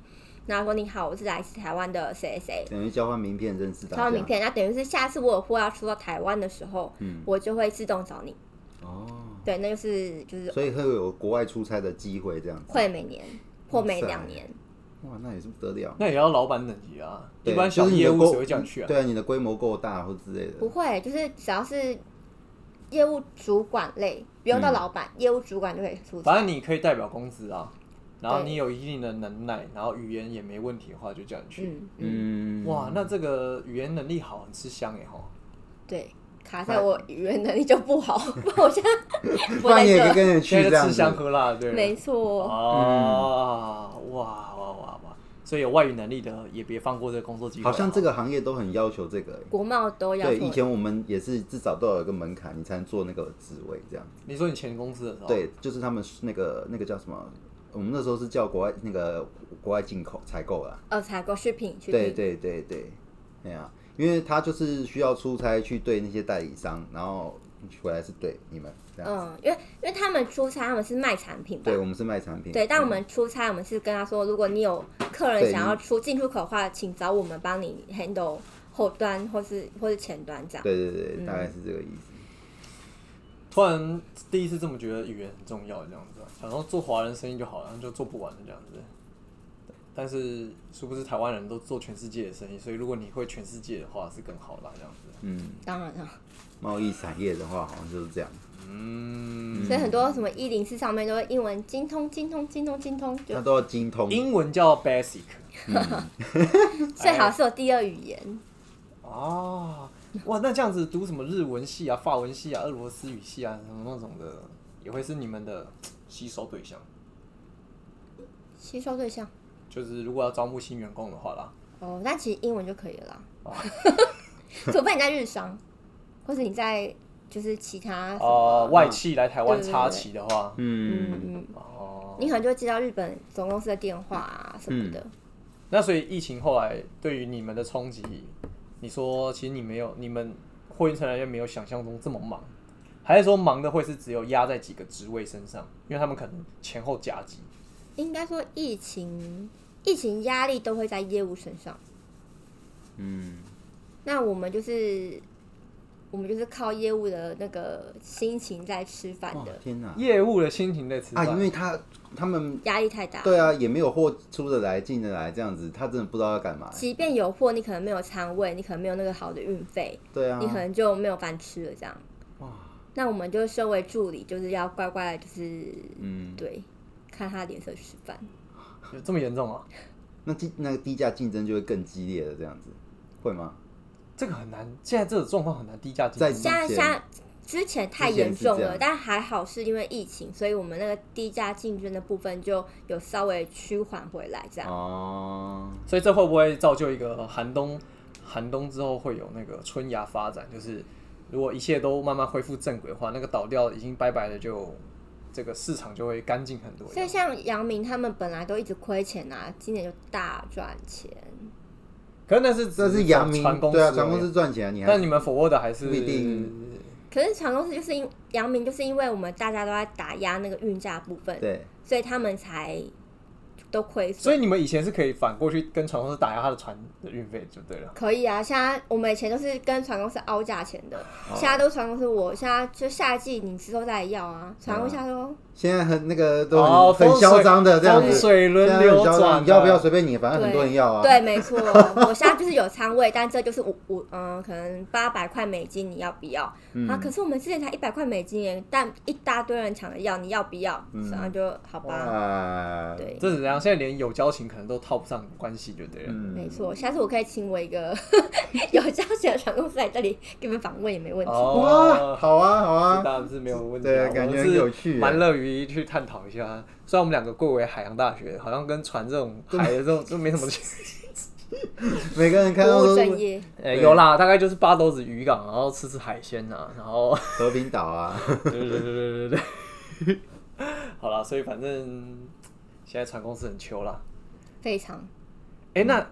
Speaker 3: 然后说你好，我是来自台湾的谁谁谁。
Speaker 2: 等于交换名片认识大
Speaker 3: 交
Speaker 2: 家。
Speaker 3: 换名片，那等于是下次我有货要出到台湾的时候，
Speaker 2: 嗯
Speaker 3: 我就会自动找你。
Speaker 2: 哦，
Speaker 3: 对，那就是就是
Speaker 2: 所以会有国外出差的机会这样子。
Speaker 3: 会每年或每
Speaker 2: 哇塞
Speaker 3: 两年，
Speaker 2: 哇，那也是不得了。
Speaker 1: 那也要老板等级啊，一
Speaker 2: 对
Speaker 1: 般小
Speaker 2: 就是你
Speaker 1: 业
Speaker 2: 的
Speaker 1: 务
Speaker 2: 规
Speaker 1: 谁会叫你去啊？
Speaker 2: 对啊，你的规模够大或之类的
Speaker 3: 不。会，就是只要是业务主管类，不用到
Speaker 2: 嗯
Speaker 3: 老板，业务主管就可以出
Speaker 1: 反
Speaker 3: 差。
Speaker 1: 正你可以代表公司啊，然后
Speaker 3: 对
Speaker 1: 你有一定的能耐，然后语言也没问题的话，就叫你去。
Speaker 3: 嗯嗯，
Speaker 2: 嗯，
Speaker 1: 欸哇，那这个语言能力好，很吃香哎哈。
Speaker 3: 对，卡在我语言能力就不好，不然我现在
Speaker 2: 不
Speaker 3: 我在
Speaker 2: 然你也可以
Speaker 3: 这，
Speaker 2: 跟人去
Speaker 1: 现在
Speaker 2: 这
Speaker 1: 就
Speaker 2: 样
Speaker 1: 吃香
Speaker 2: 子。
Speaker 1: 喝辣，对了。
Speaker 3: 没错，
Speaker 1: 哦，哇哇哇哇！所以有外语能力的也别放过这个工作机会。啊
Speaker 2: 好像这个行业都很要求这个、欸
Speaker 3: 国贸都要
Speaker 2: 对，
Speaker 3: 做
Speaker 2: 以前我们也是至少都要有一个门槛，你才能做那个职位这样。
Speaker 1: 你说你前公司的时候，，
Speaker 3: 哦
Speaker 2: 对，就是他们那个那个叫什么？我们那时候是叫国外那个国外进口采购啦。
Speaker 3: 呃采购、饰品、饰
Speaker 2: 对
Speaker 3: 品，
Speaker 2: 对对对，对啊，因为他就是需要出差去对那些代理商，然后回来是对你们这样。
Speaker 3: 嗯，因为因为他们出差，他们是卖产品吧
Speaker 2: 对，，我们是卖产品。
Speaker 3: 嗯
Speaker 2: 嗯
Speaker 3: 对，但我们出差，我们是跟他说，如果你有客人
Speaker 2: 对
Speaker 3: 想
Speaker 2: 你
Speaker 3: 要出进出口的话，请找我们帮你 handle 后端或是或是前端这样。
Speaker 2: 对对对，
Speaker 3: 嗯
Speaker 2: 大概是这个意思。
Speaker 1: 突然第一次这么觉得语言很重要，这样子，啊想说做华人生意就好了，然后就做不完了这样子。但是殊不知台湾人都做全世界的生意，所以如果你会全世界的话是更好啦，这样子。
Speaker 2: 嗯，
Speaker 3: 当然了，
Speaker 2: 贸易产业的话，好像就是这样。
Speaker 1: 嗯，
Speaker 3: 所以很多什么一零四上面都会英文精通、精通、精通、精通，就
Speaker 2: 那都要精通。
Speaker 1: 英文叫 basic
Speaker 3: 最
Speaker 2: 哎
Speaker 3: 好是有第二语言。
Speaker 1: 啊，哇，那这样子读什么日文系啊、法文系啊、俄罗斯语系啊什么那种的，也会是你们的吸收对象。
Speaker 3: 吸收对象
Speaker 1: 就是如果要招募新员工的话啦，
Speaker 3: 哦，那其实英文就可以了啦。
Speaker 1: 哦
Speaker 3: 除非你在日商，或者你在就是其他什么
Speaker 1: 哦、外企来台湾
Speaker 3: 啊对对
Speaker 1: 插
Speaker 3: 对
Speaker 1: 旗的话，
Speaker 3: 嗯
Speaker 2: 嗯，
Speaker 3: 嗯，
Speaker 1: 哦、
Speaker 3: 你可能就会接到日本总公司的电话啊什么的。
Speaker 2: 嗯
Speaker 1: 那所以疫情后来对于你们的冲击，你说其实你没有，你们货运承揽人员没有想象中这么忙，还是说忙的会是只有压在几个职位身上，因为他们可能前后夹击，
Speaker 3: 应该说疫情，疫情压力都会在业务身上。
Speaker 2: 嗯，
Speaker 3: 那我们就是我们就是靠业务的那个心情在吃饭
Speaker 2: 哇
Speaker 3: 的，，
Speaker 2: 天哪！
Speaker 1: 业务的心情在吃
Speaker 2: 啊，
Speaker 1: 饭、
Speaker 2: 因为他他们
Speaker 3: 压力太大。
Speaker 2: 对啊，也没有货出得来、进得来这样子，他真的不知道要干嘛。
Speaker 3: 即便有货，你可能没有仓位，你可能没有那个好的运费，
Speaker 2: 对啊
Speaker 3: 你，可能就没有饭吃了这样。
Speaker 1: 哇，
Speaker 3: 那我们就身为助理，就是要乖乖的，就是
Speaker 2: 嗯，
Speaker 3: 对，看他脸色吃饭。
Speaker 1: 有这么严重啊？
Speaker 2: 那竞那个低价竞争就会更激烈了，这样子会吗？
Speaker 1: 这个很难，现在这种状况很难低价竞
Speaker 2: 在
Speaker 1: 争
Speaker 3: 现
Speaker 1: 吗。
Speaker 3: 在
Speaker 2: 之
Speaker 3: 现
Speaker 2: 前
Speaker 3: 在之前太
Speaker 2: 之前
Speaker 3: 严
Speaker 2: 是
Speaker 3: 重
Speaker 2: 这样
Speaker 3: 了，但还好是因为疫情，所以我们那个低价竞争的部分就有稍微趋缓回来这样。
Speaker 2: 哦，
Speaker 1: 所以这会不会造就一个寒冬？寒冬之后会有那个春芽发展，就是如果一切都慢慢恢复正轨的话，那个倒掉已经拜拜的就，这个市场就会干净很多。
Speaker 3: 所以像杨明他们本来都一直亏钱啊，今年就大赚钱。
Speaker 1: 可是那是
Speaker 2: 这是阳明
Speaker 1: 船公司
Speaker 2: 对啊，
Speaker 1: 而已
Speaker 2: 船公司，赚钱啊，你还
Speaker 1: 但你们 forward 的还是
Speaker 2: 不一定
Speaker 3: 可是船公司就是因杨明就是因为我们大家都在打压那个运价部分，
Speaker 2: 对
Speaker 3: 所以他们才都亏损。
Speaker 1: 所以你们以前是可以反过去跟船公司打压他的船的运费就对了。
Speaker 3: 可以啊，现在我们以前都是跟船公司凹价钱的，
Speaker 2: 哦
Speaker 3: 现在都船公司我，现在就下一季你之后再要啊。船公司
Speaker 2: 对啊
Speaker 3: 他说
Speaker 2: 现在很那个都
Speaker 1: 哦
Speaker 2: 很
Speaker 1: 风
Speaker 2: 很
Speaker 1: 水
Speaker 2: 嚣张的这样
Speaker 1: 风
Speaker 2: 子，
Speaker 1: 水轮
Speaker 2: 现在
Speaker 1: 流
Speaker 2: 很嚣张
Speaker 1: 转啊
Speaker 2: 你要不要随便你，反正
Speaker 3: 对
Speaker 2: 很多人要
Speaker 1: 哦
Speaker 2: 啊。
Speaker 3: 对，没错，我现在就是有仓位，但这就是五五嗯，可能八百块美金，你要不要？
Speaker 1: 嗯
Speaker 3: 啊，可是我们之前才一百块美金耶，但一大堆人抢着要，你要不要？然后就好吧，
Speaker 2: 啊，
Speaker 3: 对，
Speaker 1: 嗯这是怎样？现在连有交情可能都套不上关系就对了。
Speaker 2: 嗯
Speaker 3: 没错。下次我可以请我一个 有交情的船公司来这里给你们访问也没问题。
Speaker 2: 哇，
Speaker 1: 哦，
Speaker 2: 好啊，好
Speaker 1: 这
Speaker 2: 啊，
Speaker 1: 当然是没有问题、啊，
Speaker 2: 对
Speaker 1: 我们
Speaker 2: 感觉很
Speaker 1: 是
Speaker 2: 有趣耶啊
Speaker 1: 蛮乐于去探讨一下。虽然我们两个贵为海洋大学，好像跟船这种海的这种就没什么去。
Speaker 2: 每个人看到
Speaker 3: 不务
Speaker 2: 都
Speaker 3: 正
Speaker 2: 是
Speaker 3: 业，
Speaker 1: 呃、有啦，大概就是八斗子渔港，然后吃吃海鲜啊，然后
Speaker 2: 和平岛啊，
Speaker 1: 对对 对对对对对。 好啦，所以反正现在船公司很秋啦。
Speaker 3: 非常
Speaker 1: 哎、
Speaker 2: 嗯
Speaker 1: 那、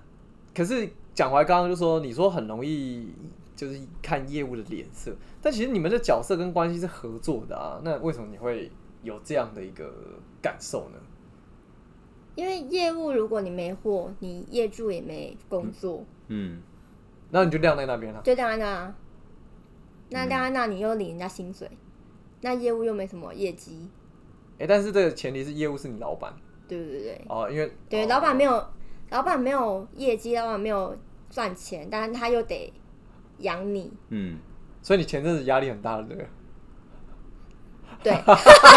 Speaker 1: 可是讲回来刚刚就说，你说很容易就是看业务的脸色，但其实你们的角色跟关系是合作的啊，那为什么你会有这样的一个感受呢？
Speaker 3: 因为业务，如果你没货，你业主也没工作，
Speaker 2: 嗯，
Speaker 1: 那你就晾在那边了。
Speaker 3: 就晾在那啊。那晾在那，你又领人家薪水，那业务又没什么业绩，
Speaker 1: 哎、但是这个前提是业务是你老板
Speaker 3: 对不对？
Speaker 1: 哦，因为
Speaker 3: 对，
Speaker 1: 哦
Speaker 3: 老板没有，老板没有业绩，老板没有赚钱，但是他又得养 你，
Speaker 2: 嗯，
Speaker 1: 哦所以你前阵子压力很大的，对不对？
Speaker 3: 对，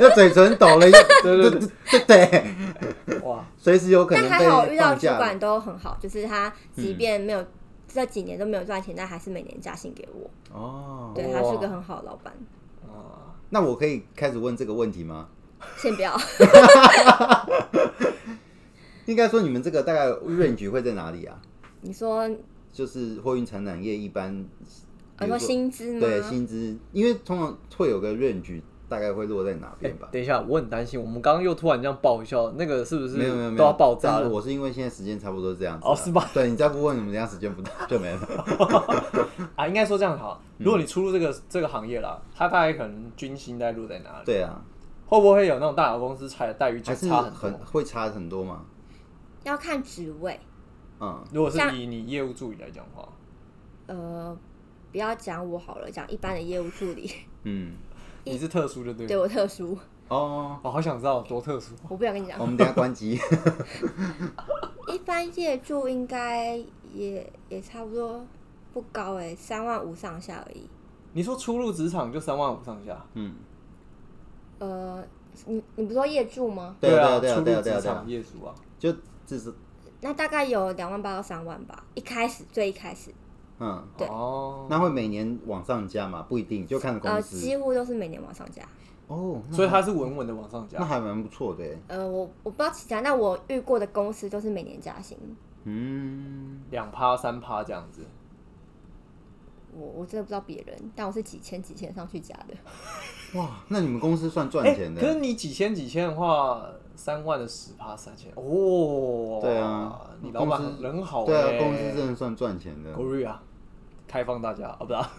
Speaker 2: 那嘴唇抖了一，
Speaker 1: 对对
Speaker 2: 对对对，
Speaker 1: 哇，
Speaker 2: 随时有可
Speaker 3: 但
Speaker 2: 能
Speaker 3: 还好
Speaker 2: 被
Speaker 3: 遇到
Speaker 2: 放
Speaker 3: 主
Speaker 2: 假
Speaker 3: 管
Speaker 2: 了。
Speaker 3: 都很好，就是他即便没有这几年都没有赚钱，但还是每年加薪给我。
Speaker 2: 哦，
Speaker 3: 对
Speaker 1: 哇
Speaker 3: 他是个很好的老板。
Speaker 1: 啊，
Speaker 2: 那我可以开始问这个问题吗？
Speaker 3: 先不要，
Speaker 2: 应该说你们这个大概 range 会在哪里啊？
Speaker 3: 你说，
Speaker 2: 就是货运承揽业一般，
Speaker 3: 我呃哦说薪资吗？
Speaker 2: 对薪资，因为通常会有个 range，大概会落在哪边吧？
Speaker 1: 等一下，我很担心，我们刚刚又突然这样爆一下，那个是不是
Speaker 2: 没有没有没有
Speaker 1: 都要爆炸
Speaker 2: 但是
Speaker 1: 了？
Speaker 2: 我是因为现在时间差不多是这样子、啊
Speaker 1: 哦是吧？
Speaker 2: 对你再不问，你们等一下时间不到就 没了。
Speaker 1: 啊，应该说这样好。
Speaker 2: 嗯
Speaker 1: 如果你出入这个、这个行业啦，它大概可能均薪大概落在哪里？
Speaker 2: 对啊，
Speaker 1: 会不会有那种大小公司差待遇就
Speaker 2: 还是
Speaker 1: 差很
Speaker 2: 很
Speaker 1: 多？
Speaker 2: 会差很多嘛。
Speaker 3: 要看职位，
Speaker 2: 嗯，
Speaker 1: 如果是
Speaker 3: 像
Speaker 1: 以你业务助理来讲的话，
Speaker 3: 呃，不要讲我好了，讲一般的业务助理，
Speaker 2: 嗯，
Speaker 1: 你是特殊的对
Speaker 3: 对
Speaker 1: 吗？
Speaker 3: 我特殊，
Speaker 2: 哦，
Speaker 1: 我、好想知道有多特殊。
Speaker 3: 我不想跟你讲
Speaker 2: 我。们等一下关机。
Speaker 3: 一般业主应该也也差不多不高哎、三万五上下而已。
Speaker 1: 你说初入职场就三万五上下？
Speaker 2: 嗯，
Speaker 3: 呃，你你不是说业主吗？
Speaker 2: 对啊
Speaker 1: 啊，
Speaker 2: 对啊
Speaker 1: 初
Speaker 2: 对啊
Speaker 1: 入
Speaker 2: 对啊
Speaker 1: 职
Speaker 2: 对啊
Speaker 1: 场，业主啊，
Speaker 2: 就这是
Speaker 3: 那大概有两万八到三万吧，一开始最一开始，
Speaker 2: 嗯，
Speaker 3: 对
Speaker 1: 哦，
Speaker 2: 那会每年往上加嘛？不一定，就看
Speaker 3: 呃，
Speaker 2: 公司。
Speaker 3: 几乎都是每年往上加。
Speaker 2: 哦，那
Speaker 1: 所以它是稳稳的往上
Speaker 2: 那
Speaker 1: 加。
Speaker 2: 还蛮不错的耶。欸
Speaker 3: 呃，我我不知道其他，但我遇过的公司都是每年加薪，
Speaker 2: 嗯，
Speaker 1: 两趴三趴这样子，
Speaker 3: 我我真的不知道别人，但我是几千几千上去加的。
Speaker 2: 哇，那你们公司算赚
Speaker 1: 哎，
Speaker 2: 钱的？欸
Speaker 1: 可是你几千几千的话，三万的十趴三千，哦，
Speaker 2: 对啊，
Speaker 1: 你老板
Speaker 2: 公司
Speaker 1: 人好、欸，
Speaker 2: 对啊，公司真的算赚钱的。
Speaker 1: Korea 开放大家啊，不是、啊，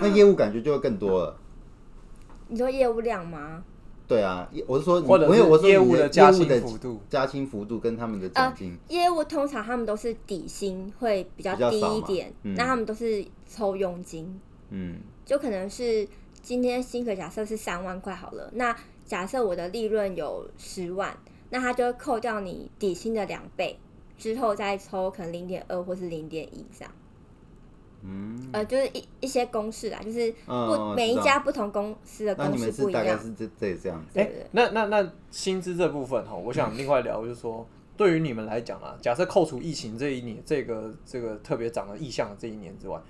Speaker 2: 那业务感觉就会更多了。
Speaker 3: 你说业务量吗？
Speaker 2: 对啊，业我是说你，
Speaker 1: 或者
Speaker 2: 没有我是
Speaker 1: 是
Speaker 2: 说
Speaker 1: 业
Speaker 2: 你
Speaker 1: 务
Speaker 2: 的
Speaker 1: 的加薪
Speaker 2: 业务的
Speaker 1: 幅度。
Speaker 2: 加薪幅度跟他们的奖
Speaker 3: 呃
Speaker 2: 金，，
Speaker 3: 业务通常他们都是底薪会比较
Speaker 2: 比较
Speaker 3: 低
Speaker 2: 少
Speaker 3: 一
Speaker 2: 嘛
Speaker 3: 点，
Speaker 2: 嗯
Speaker 3: 那他们都是抽佣金，
Speaker 2: 嗯，
Speaker 3: 就可能是今天薪水假设是三万块好了，那假设我的利润有十万，那他就会扣掉你底薪的两倍，之后再抽可能零点二或是零点一这样，
Speaker 2: 嗯，
Speaker 3: 呃，就是一一些公式啊，就是不、
Speaker 2: 嗯
Speaker 3: 每一
Speaker 2: 知道
Speaker 3: 家不同公司的
Speaker 2: 那
Speaker 3: 公
Speaker 2: 你
Speaker 3: 式
Speaker 2: 们
Speaker 3: 不
Speaker 2: 是
Speaker 3: 一
Speaker 2: 大概
Speaker 3: 样，
Speaker 2: 是这这这样子，
Speaker 1: 哎、
Speaker 3: 对对
Speaker 1: 那那那薪资这部分哈，我 想另外聊，就是说，对于你们来讲啊，假设扣除疫情这一年，这个这个特别涨的意向的这一年之外，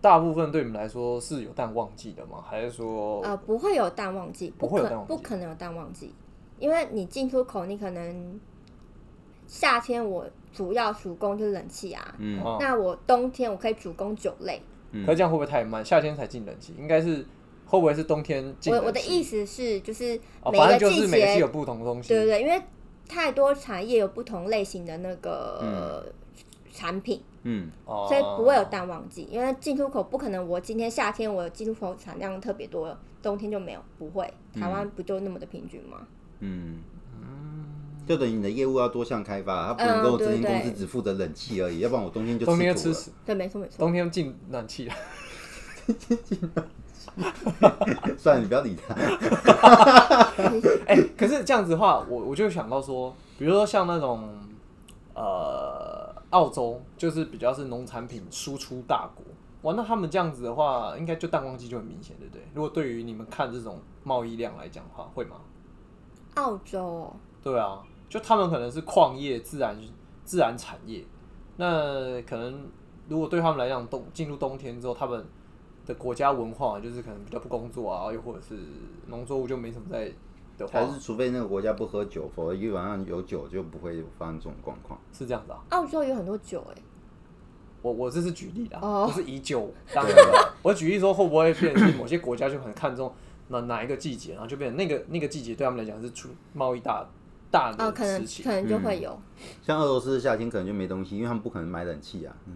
Speaker 1: 大部分对你们来说是有淡旺季的吗？还是说，
Speaker 3: 呃，不会有淡旺季，
Speaker 1: 不
Speaker 3: 不
Speaker 1: 会有
Speaker 3: 可
Speaker 1: 淡旺季
Speaker 3: 不可能有淡旺季，因为你进出口你可能夏天我主要主攻就是冷气啊，
Speaker 2: 嗯
Speaker 1: 哦
Speaker 3: 那我冬天我可以主攻酒类。
Speaker 2: 嗯
Speaker 1: 可这样会不会太慢？夏天才进冷气，应该是会不会是冬天进
Speaker 3: 我
Speaker 1: 冷气？
Speaker 3: 我的意
Speaker 1: 思，
Speaker 3: 思是，就是
Speaker 1: 哦、
Speaker 3: 每
Speaker 1: 反
Speaker 3: 一
Speaker 1: 正就
Speaker 3: 个季
Speaker 1: 是每个季
Speaker 3: 节，
Speaker 1: 有不同的东西。
Speaker 3: 对对对，因为太多产业有不同类型的那个、呃产品，
Speaker 2: 嗯，
Speaker 1: 嗯哦
Speaker 3: 所以不会有淡旺季。因为进出口不可能，我今天夏天我进出口产量特别多，冬天就没有，不会。台湾
Speaker 1: 嗯
Speaker 3: 不就那么的平均吗？
Speaker 2: 嗯，就等于你的业务要多项开发，它不能
Speaker 3: 嗯
Speaker 2: 够
Speaker 3: 对
Speaker 2: 执行公司
Speaker 3: 对
Speaker 2: 只负责冷气而已，要不然我冬天
Speaker 1: 哦
Speaker 2: 就
Speaker 1: 冬天
Speaker 2: 土
Speaker 1: 吃
Speaker 2: 了
Speaker 1: 死，
Speaker 3: 对，没错没错。
Speaker 1: 冬天进暖气了。
Speaker 2: 算了，你不要理他。
Speaker 1: 哎、可是这样子的话，我我就想到说，比如说像那种呃，澳洲就是比较是农产品输出大国，哇，那他们这样子的话，应该就淡旺季就很明显，对不对？如果对于你们看这种贸易量来讲的话，会吗？
Speaker 3: 澳洲、哦，
Speaker 1: 对啊，就他们可能是矿业、自然自然产业，那可能如果对他们来讲，冬进入冬天之后，他们的国家文化就是可能比较不工作啊，又或者是农作物就没什么在的话
Speaker 2: 还，是除非那个国家不喝酒，否则基本上有酒就不会发生这种状况。
Speaker 1: 是这样子啊。
Speaker 3: 澳洲有很多酒哎、
Speaker 1: 我我这是举例的啊，
Speaker 3: 哦
Speaker 1: 不是以酒当人啊。我举例说会不会变成是某些国家就很看重哪哪一个季节，然后就变成那个那个季节对他们来讲是出贸易大大
Speaker 3: 哦，
Speaker 1: 的
Speaker 3: 可能
Speaker 1: 时 期。
Speaker 3: 可能就会有。
Speaker 2: 像俄罗斯的夏天可能就没东西，因为他们不可能买冷气啊。 嗯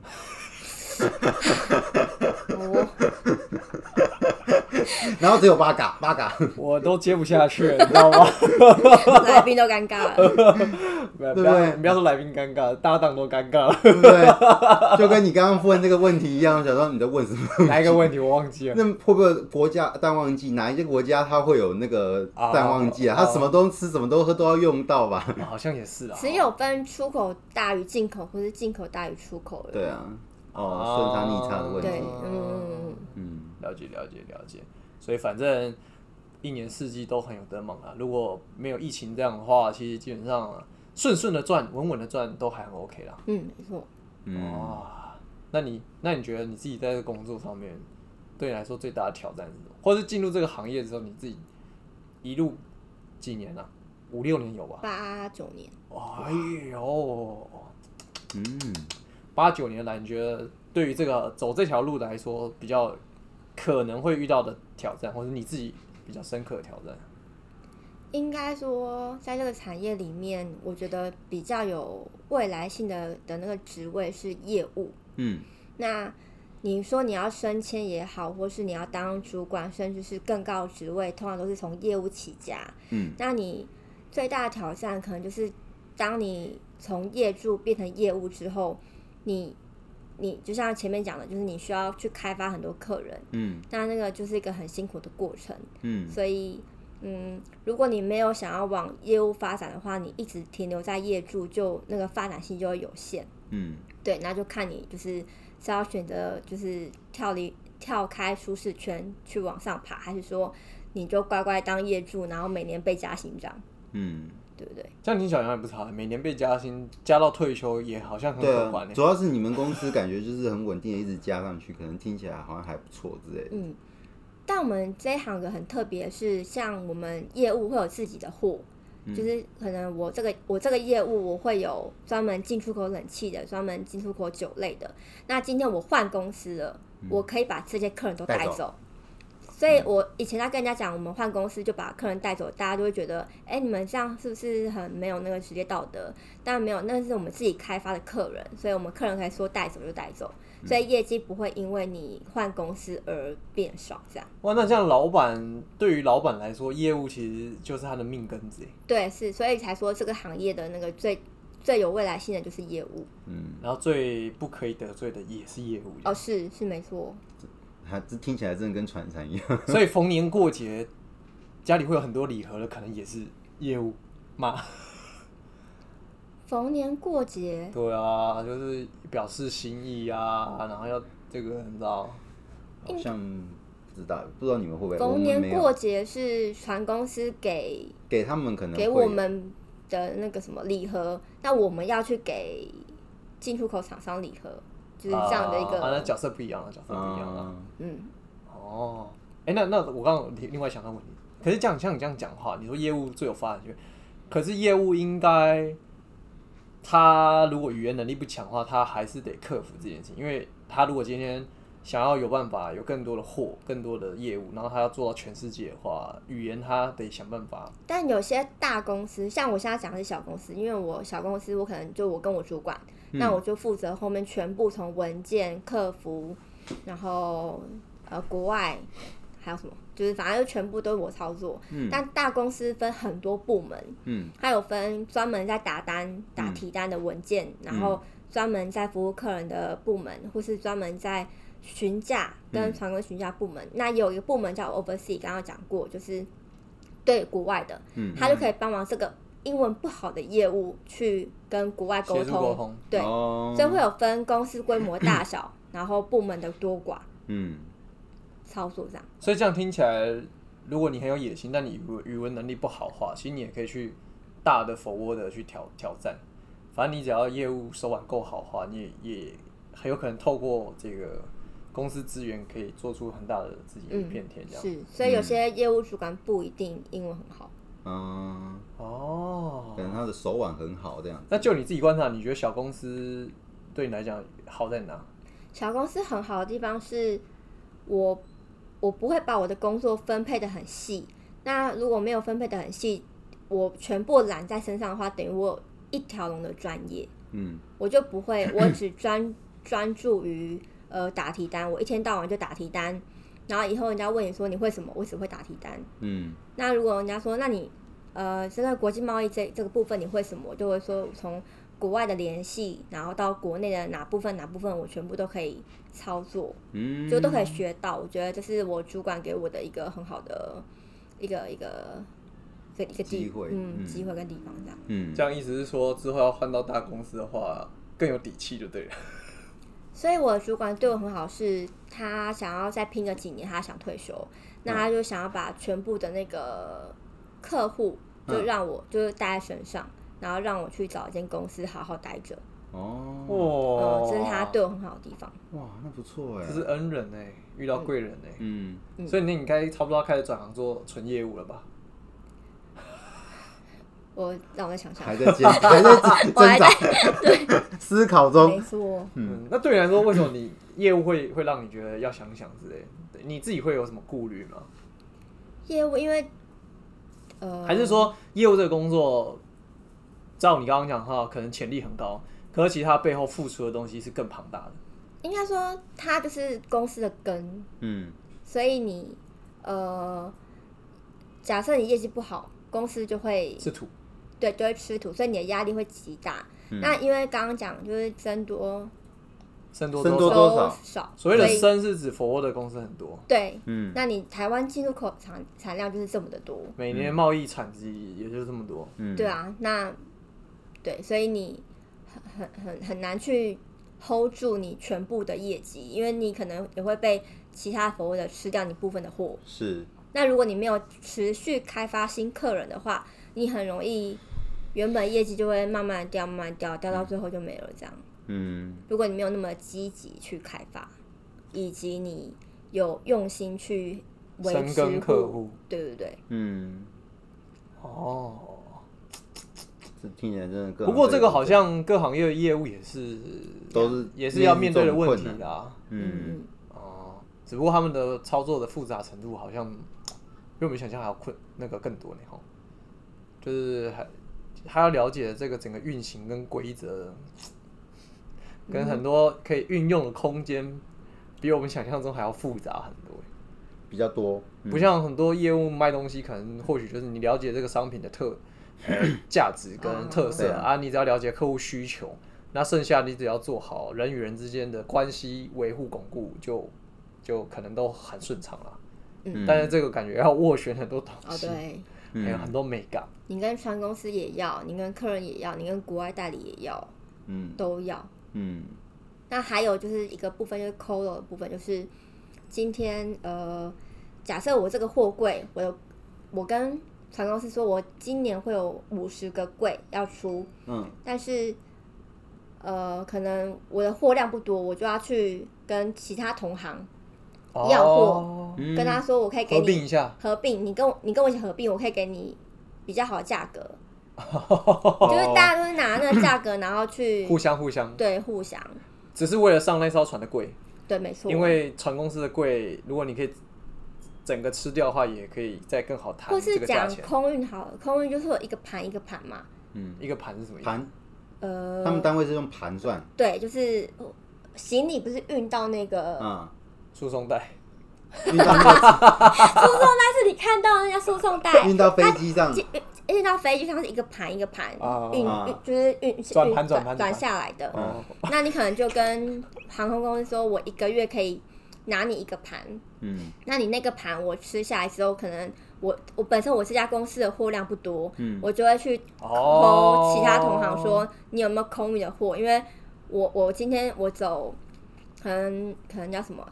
Speaker 3: 哦，
Speaker 2: 然后只有八嘎八嘎，
Speaker 1: 我都接不下去了，你知道吗？
Speaker 3: 来宾都尴尬了。
Speaker 1: 不要不
Speaker 2: 对不对
Speaker 1: 要你不要说来宾尴尬，搭档都尴尬了。
Speaker 2: 对不 对？就跟你刚刚问这个问题一样，我想说你在问什 么？
Speaker 1: 哪一个问题我忘记了？
Speaker 2: 那会不会国家淡旺季？哪一些国家它会有那个
Speaker 1: 啊
Speaker 2: 淡旺季啊？它
Speaker 1: 哦
Speaker 2: 什么都吃，什么都喝，都要用到吧？
Speaker 1: 啊好像也是啊。
Speaker 3: 只有分出口大于进口，或是进口大于出口了。
Speaker 2: 对啊，哦，顺差逆差的问
Speaker 3: 对，
Speaker 2: 题，
Speaker 3: 嗯嗯，
Speaker 2: 嗯，
Speaker 1: 了解了解了解，所以反正一年四季都很有得忙啊。如果没有疫情这样的话，其实基本上顺顺的赚、稳稳的赚都还很 OK 啦。
Speaker 3: 嗯，嗯没错。
Speaker 2: 嗯，
Speaker 1: 哇，那你那你觉得你自己在这个工作上面，对你来说最大的挑战是什么？或是进入这个行业之后，你自己一路几年啊？五六年有吧？
Speaker 3: 八九年，
Speaker 1: 哎呦，
Speaker 2: 嗯，
Speaker 1: 八九年来，你觉得对于这个走这条路来说，比较可能会遇到的挑战，或者你自己比较深刻的挑战？
Speaker 3: 应该说在这个产业里面，我觉得比较有未来性的的那个职位是业务。
Speaker 2: 嗯，
Speaker 3: 那你说你要升迁也好，或是你要当主管，甚至是更高的职位，通常都是从业务起家。
Speaker 2: 嗯，
Speaker 3: 那你最大的挑战可能就是，当你从业主变成业务之后，你你就像前面讲的，就是你需要去开发很多客人，
Speaker 2: 嗯，
Speaker 3: 那那个就是一个很辛苦的过程。
Speaker 2: 嗯，
Speaker 3: 所以，嗯，如果你没有想要往业务发展的话，你一直停留在业主，就那个发展性就会有限。
Speaker 2: 嗯，
Speaker 3: 对，那就看你就是是要选择就是跳离跳开舒适圈去往上爬，还是说你就乖乖当业主，然后每年被加薪这样，
Speaker 2: 嗯，
Speaker 3: 对不对？
Speaker 1: 这样听起来好像也不差，每年被加薪，加到退休也好像很
Speaker 2: 对
Speaker 1: 可
Speaker 2: 啊
Speaker 1: 观，呢、欸
Speaker 2: 主要是你们公司感觉就是很稳定的，一直加上去，可能听起来好像还不错之类的。
Speaker 3: 嗯，但我们这一行的很特别，是像我们业务会有自己的货。就是可能我这个我这个业务我会有专门进出口冷气的，专门进出口酒类的。那今天我换公司了，我可以把这些客人都
Speaker 2: 嗯带
Speaker 3: 带
Speaker 2: 走
Speaker 3: 走。所以我以前在跟人家讲，我们换公司就把客人带走，大家就会觉得，哎、你们这样是不是很没有那个职业道德？但没有，那是我们自己开发的客人，所以我们客人可以说带走就带走，
Speaker 2: 嗯
Speaker 3: 所以业绩不会因为你换公司而变少。这样
Speaker 1: 哇，那这样老板对于老板来说，业务其实就是他的命根子耶。欸
Speaker 3: 对，是，所以才说这个行业的那个最最有未来性的就是业务。
Speaker 2: 嗯，
Speaker 1: 然后最不可以得罪的也是业务，
Speaker 3: 哦，是是没错，
Speaker 2: 还这听起来真的跟传产一样。
Speaker 1: 所以逢年过节家里会有很多礼盒的，可能也是业务嘛。
Speaker 3: 逢年过节
Speaker 1: 对啊，就是表示心意啊，然后要这个你知道，
Speaker 2: 好像不知道，不知道你们会不会？我
Speaker 3: 逢
Speaker 2: 们
Speaker 3: 年
Speaker 2: 没
Speaker 3: 过
Speaker 2: 有
Speaker 3: 节是船公司给
Speaker 2: 给他们可能
Speaker 3: 给
Speaker 2: 会
Speaker 3: 我
Speaker 2: 有
Speaker 3: 们的那个什么礼盒，那我们要去给进出口厂商礼盒，就是这样的一个、
Speaker 1: 啊，啊那角色不一样了，角色不一样了。
Speaker 2: 啊，
Speaker 3: 嗯，
Speaker 1: 哦，哎、那那我刚刚另另外想到问题，可是这样像你这样讲话，你说业务最有发展性，可是业务应该他如果语言能力不强的话，他还是得克服这件事情，因为他如果今天想要有办法有更多的货、更多的业务，然后他要做到全世界的话，语言他得想办法。
Speaker 3: 但有些大公司，像我现在讲的是小公司，因为我小公司我可能就我跟我主管，
Speaker 2: 嗯
Speaker 3: 那我就负责后面全部从文件、客服，然后呃国外还有什么，就是反正就全部都是我操作。
Speaker 2: 嗯
Speaker 3: 但大公司分很多部门，
Speaker 2: 嗯
Speaker 3: 它有分专门在打单、打提单的文件，
Speaker 1: 嗯
Speaker 3: 然后专门在服务客人的部门，或是专门在询价跟船跟询价部
Speaker 1: 嗯
Speaker 3: 门。那有一个部门叫 oversee，刚刚讲过，就是对国外的，
Speaker 2: 嗯
Speaker 3: 他就可以帮忙这个英文不好的业务去跟国外沟
Speaker 1: 协助沟通
Speaker 3: 对，
Speaker 2: 哦
Speaker 3: 所以会有分公司规模大 小，然后部门的多寡
Speaker 2: 嗯
Speaker 3: 操作这样。
Speaker 1: 所以这样听起来，如果你很有野心，但你语文语文能力不好的话，其实你也可以去大的 forward 的去挑挑战。反正你只要业务手腕够好的话，你也也很有可能透过这个公司资源，可以做出很大的自己的
Speaker 3: 嗯
Speaker 1: 片天这样。
Speaker 3: 是，所以有些业务主管不一定英文很好。
Speaker 2: 嗯，
Speaker 1: 哦
Speaker 2: 可，
Speaker 3: 嗯
Speaker 2: 能他的手腕很好这样子。
Speaker 1: 那就你自己观察，你觉得小公司对你来讲好在
Speaker 3: 哦
Speaker 1: 哪？
Speaker 3: 小公司很好的地方是我我不会把我的工作分配的很细。那如果没有分配的很细，我全部揽在身上的话，等于我有一条龙的专业，
Speaker 2: 嗯
Speaker 3: 我就不会，我只专专注于呃打题单，我一天到晚就打题单。然后以后人家问你说你会什么，我只会打题单。
Speaker 2: 嗯
Speaker 3: 那如果人家说，那你呃这个国际贸易这这个部分你会什么，我就会说从国外的联系，然后到国内的哪部分哪部分我全部都可以操作，
Speaker 2: 嗯，
Speaker 3: 就都可以学到。我觉得这是我主管给我的一个很好的一个一个一个一个地
Speaker 2: 机会嗯
Speaker 3: 嗯，机会跟地方这样。
Speaker 2: 嗯
Speaker 1: 这样意思是说，之后要换到大公司的话，更有底气就对了。
Speaker 3: 所以我的主管对我很好，是他想要再拼个几年，他想退休，那
Speaker 1: 嗯
Speaker 3: 他就想要把全部的那个
Speaker 1: 嗯
Speaker 3: 客户就让我、就是带在身上，然后让我去找一间公司好好待着，
Speaker 2: 哦，
Speaker 1: 哦
Speaker 3: 哦，，这是他对我很好的地方。
Speaker 2: 哇，那不错哎
Speaker 1: 这，是恩人哎、遇到贵人哎、
Speaker 2: 嗯，
Speaker 3: 嗯
Speaker 1: 所以你应该差不多要开始转行做纯业务了吧？
Speaker 3: 我让我再想想
Speaker 2: 还，在坚，还 在挣
Speaker 3: 我还
Speaker 2: 挣
Speaker 3: 在
Speaker 2: 扎，思考
Speaker 3: 没
Speaker 2: 中。
Speaker 3: 错，
Speaker 1: 嗯，那对你来说，为什么你业务会会让你觉得要想想之类的？对你自己会有什么顾虑吗？
Speaker 3: 业务因为呃，
Speaker 1: 还是说业务这个工作，照你刚刚讲的话，可能潜力很高，可是其实它背后付出的东西是更庞大的。
Speaker 3: 应该说他就是公司的根，
Speaker 2: 嗯
Speaker 3: 所以你呃，假设你业绩不好，公司就会
Speaker 1: 是土，
Speaker 3: 对就会吃土，所以你的压力会极大。
Speaker 2: 嗯
Speaker 3: 那因为刚刚讲就是增多
Speaker 1: 僧多
Speaker 2: 僧
Speaker 1: 粥
Speaker 2: 多
Speaker 1: 少。
Speaker 2: 粥少
Speaker 3: 收少，
Speaker 1: 所谓的
Speaker 3: 以
Speaker 1: 僧是指佛的公司很多，
Speaker 3: 对，
Speaker 2: 嗯
Speaker 3: 那你台湾进入口产产量就是这么的多，
Speaker 1: 每年贸易产值也就是这么多。
Speaker 2: 嗯，
Speaker 3: 对，啊，那对，所以你很很很很难去 hold 住你全部的业绩，因为你可能也会被其他服务的吃掉你部分的货。
Speaker 2: 是，
Speaker 3: 那如果你没有持续开发新客人的话，你很容易原本业绩就会慢慢掉，慢慢掉，掉到最后就没了。这样，
Speaker 2: 嗯
Speaker 3: 如果你没有那么积极去开发，以及你有用心去维
Speaker 1: 深
Speaker 3: 持
Speaker 1: 耕客户，
Speaker 3: 对对对，
Speaker 2: 嗯，
Speaker 1: 哦，
Speaker 2: 这听起来真的各行各业都这
Speaker 1: 不
Speaker 2: 样。
Speaker 1: 过这个好像各行业的业务也是
Speaker 2: 都是
Speaker 1: 也是要面对的问
Speaker 2: 面临
Speaker 1: 题
Speaker 2: 这种
Speaker 1: 啦。
Speaker 2: 嗯，
Speaker 3: 嗯，
Speaker 1: 哦，只不过他们的操作的复杂程度好像比我们想象还要困那个更多呢哈，就是还还要了解这个整个运行跟规则，跟很多可以运用的空间，比我们想象中还要复杂很多。
Speaker 2: 比较多，嗯
Speaker 1: 不像很多业务卖东西，可能或许就是你了解这个商品的 特呃价值跟特色
Speaker 2: 啊
Speaker 1: 啊，你只要了解客户需求，那剩下你只要做好人与人之间的关系维护巩固，就就可能都很顺畅了。
Speaker 3: 嗯
Speaker 1: 但是这个感觉要斡旋很多东
Speaker 3: 哦
Speaker 1: 西，
Speaker 3: 对。
Speaker 2: 嗯
Speaker 1: 还有很多美感。
Speaker 3: 你跟船公司也要，你跟客人也要，你跟国外代理也要，
Speaker 2: 嗯
Speaker 3: 都要。
Speaker 2: 嗯
Speaker 3: 那还有就是一个部分就是 colo 的部分，就是今天呃，假设我这个货柜，我有我跟船公司说，我今年会有五十个柜要出，
Speaker 2: 嗯
Speaker 3: 但是呃，可能我的货量不多，我就要去跟其他同行、要货
Speaker 1: 哦，
Speaker 2: 嗯，
Speaker 3: 跟他说，我可以给
Speaker 1: 合
Speaker 3: 你
Speaker 1: 并一下，
Speaker 3: 合并，你跟我你跟我一起合并，我可以给你比较好的价格。
Speaker 2: 哦
Speaker 3: 就是大家都是拿那个价格，然后去
Speaker 1: 互相互相，
Speaker 3: 对互相
Speaker 1: 只是为了上那艘船的柜，
Speaker 3: 对，没错。
Speaker 1: 因为船公司的柜，如果你可以整个吃掉的话，也可以再更好谈
Speaker 3: 或
Speaker 1: 这
Speaker 3: 是
Speaker 1: 个价
Speaker 3: 讲
Speaker 1: 钱。
Speaker 3: 空运好了，空运就是有一个盘一个盘嘛，
Speaker 2: 嗯
Speaker 1: 一个盘是什么意思？
Speaker 2: 盘，
Speaker 3: 呃，
Speaker 2: 他们单位是用盘算
Speaker 3: 对，就是呃行李不是运到那个，
Speaker 1: 嗯
Speaker 2: 啊，
Speaker 1: 输送带。
Speaker 2: 运到那
Speaker 3: 但是你看到人家输送带，
Speaker 2: 个运到飞机上，
Speaker 3: 运运到飞机上是一个盘一个盘
Speaker 1: 啊
Speaker 3: 运
Speaker 2: 啊
Speaker 3: 运就是运
Speaker 1: 转
Speaker 3: 运
Speaker 1: 盘转盘转
Speaker 3: 转
Speaker 1: 盘
Speaker 3: 下来的，
Speaker 1: 哦，
Speaker 3: 那你可能就跟航空公司说，我一个月可以拿你一个盘，
Speaker 2: 嗯
Speaker 3: 那你那个盘我吃下来之后，可能我我本身我这家公司的货量不多，
Speaker 2: 嗯
Speaker 3: 我就会去
Speaker 1: 哦
Speaker 3: 抠其他同行说你有没有空运的货，因为我我今天我走，可能可能叫什么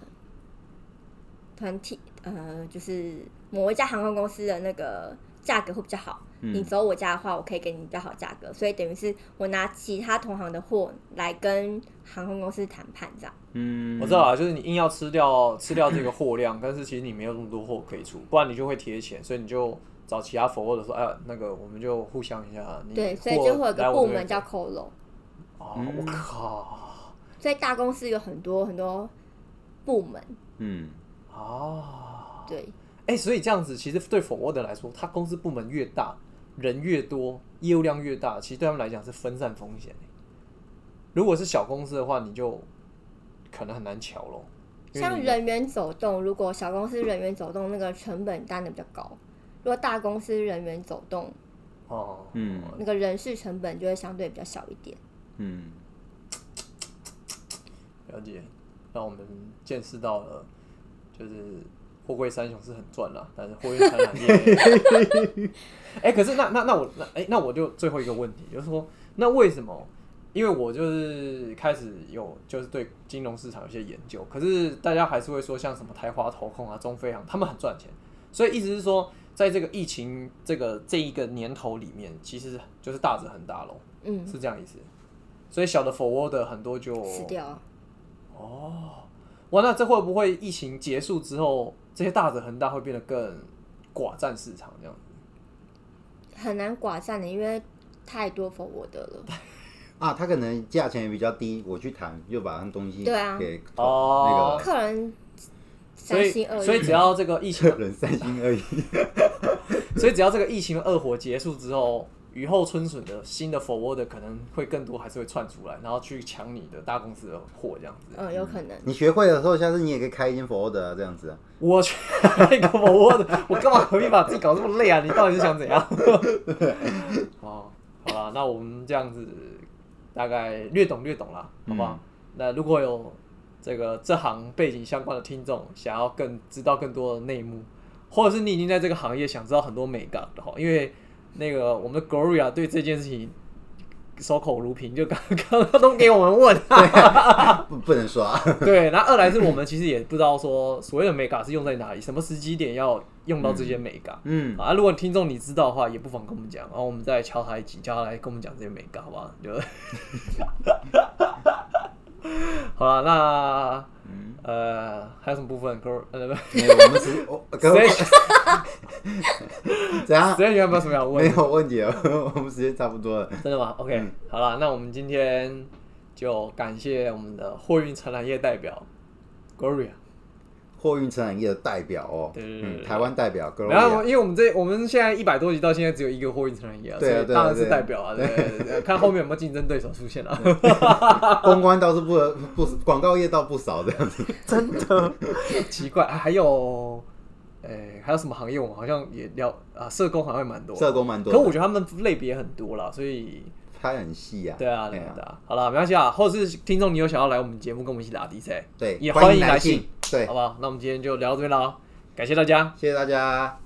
Speaker 3: 团体呃，就是某一家航空公司的那个价格会比较好。
Speaker 2: 嗯
Speaker 3: 你走我家的话，我可以给你比较好的价格，所以等于是我拿其他同行的货来跟航空公司谈判，这样。
Speaker 2: 嗯，
Speaker 1: 我知道，了，啊就是你硬要吃掉吃掉这个货量，但是其实你没有那么多货可以出，不然你就会贴钱，所以你就找其他服务的说，哎，那个我们就互相一下，你
Speaker 3: 对，
Speaker 1: 嗯货
Speaker 3: 所以就会有
Speaker 1: 来我
Speaker 3: 个部
Speaker 1: 这边
Speaker 3: 门叫 Colo，
Speaker 1: 哦，
Speaker 2: 嗯
Speaker 1: 我靠，
Speaker 3: 所以大公司有很多很多部门，
Speaker 2: 嗯
Speaker 1: 啊，
Speaker 3: 对，
Speaker 1: 哎，所以这样子其实对 forward 来说，他公司部门越大，人越多，业务量越大，其实对他们来讲是分散风险。如果是小公司的话，你就可能很难瞧咯。因为
Speaker 3: 像
Speaker 1: 你
Speaker 3: 人员走动，如果小公司人员走动，那个成本担的比较高；如果大公司人员走动，
Speaker 1: 哦，
Speaker 2: 嗯
Speaker 3: 那个人事成本就会相对比较小一点。
Speaker 2: 嗯，
Speaker 1: 了解，让我们见识到了，就是货柜三雄是很赚啦，但是货运三行业，哎、可是那那那我那哎、那我就最后一个问题，就是说，那为什么？因为我就是开始有就是对金融市场有些研究，可是大家还是会说像什么台华投控啊、中飞航，他们很赚钱，所以意思是说，在这个疫情这个这一个年头里面，其实就是大者很大喽，
Speaker 3: 嗯，
Speaker 1: 是这样意思。所以小的 forwarder 很多就
Speaker 3: 死掉啊。
Speaker 1: 哇，那这会不会疫情结束之后，这些大的恒大会变得更寡占市场这样？
Speaker 3: 很难寡占的，因为太多否我的了。
Speaker 2: 啊，它可能价钱也比较低，我去谈又把那东西
Speaker 3: 对啊
Speaker 2: 给
Speaker 1: 哦
Speaker 2: 那
Speaker 3: 客人
Speaker 1: 所
Speaker 3: 三
Speaker 1: 以
Speaker 3: 心二意，
Speaker 1: 所以只要这个疫情
Speaker 2: 个客人三心 二意。
Speaker 1: 所以只要这个疫情的恶火结束之后，雨后春笋的新的 forward 可能会更多，还是会窜出来，然后去抢你的大公司的货这样子。
Speaker 3: 嗯有可能。
Speaker 2: 你学会了之后，下次你也可以开一间 forward 啊，这样子啊。
Speaker 1: 我去那个 forward，我 干嘛何必把自己搞这么累啊？你到底是想怎样？ 哦，好啦，那我们这样子大概略懂略懂啦，好不好？那如果有这个这行背景相关的听众想要更知道更多的内幕，或者是你已经在这个行业想知道很多美感的话，因为那个我们的 Gloria 对这件事情守口如瓶，就刚 刚刚都给我们问。啊
Speaker 2: 不不 能啊刷，
Speaker 1: 对，然后二来是我们其实也不知道说所谓的美感是用在哪里，什么时机点要用到这些美感。
Speaker 2: 嗯，
Speaker 1: 啊，如果听众你知道的话，也不妨跟我们讲，然哦后我们再敲他一集，叫他来跟我们讲这些美感，好不好？就， 好了，那、呃，还有什么部分？哥，呃， 不，
Speaker 2: 嗯没有，我们只我可
Speaker 1: 谁
Speaker 2: 怎样？
Speaker 1: 谁有没有什么要
Speaker 2: 没
Speaker 1: 问？
Speaker 2: 有问题了， 我们时间差不多了。
Speaker 1: 真的吗？OK，、好了，那我们今天就感谢我们的货运承揽业代表 Gloria。
Speaker 2: 货运承揽业的代表哦，
Speaker 1: 对对对对
Speaker 2: 嗯，台湾代表，哥
Speaker 1: 然后，
Speaker 2: 伦比
Speaker 1: 因为我们这我们现在一百多集到现在只有一个货运成人业啊，所
Speaker 2: 对啊
Speaker 1: 以
Speaker 2: 对啊
Speaker 1: 当然是
Speaker 2: 对啊
Speaker 1: 代表啊，对对对对， 看后面有没有竞争对手出现啊。
Speaker 2: 亚公关倒是不不广告业倒不少这样子。
Speaker 1: 真的 奇怪，啊还有，诶，还有什么行业我们好像也聊啊，社工好像也蛮多的，
Speaker 2: 社工蛮多的
Speaker 1: 可我觉得他们类别很多啦，所以
Speaker 2: 拍很细哎呀、
Speaker 1: 对啊，对
Speaker 2: 对
Speaker 1: 啊，对啊好了，没关系啊，或者是听众你有想要来我们节目跟我们一起打比赛，
Speaker 2: 对，
Speaker 1: 也
Speaker 2: 欢
Speaker 1: 迎来
Speaker 2: 来，对
Speaker 1: 好，不好？那我们今天就聊到这边了哦，感谢大家。
Speaker 2: 谢谢大家，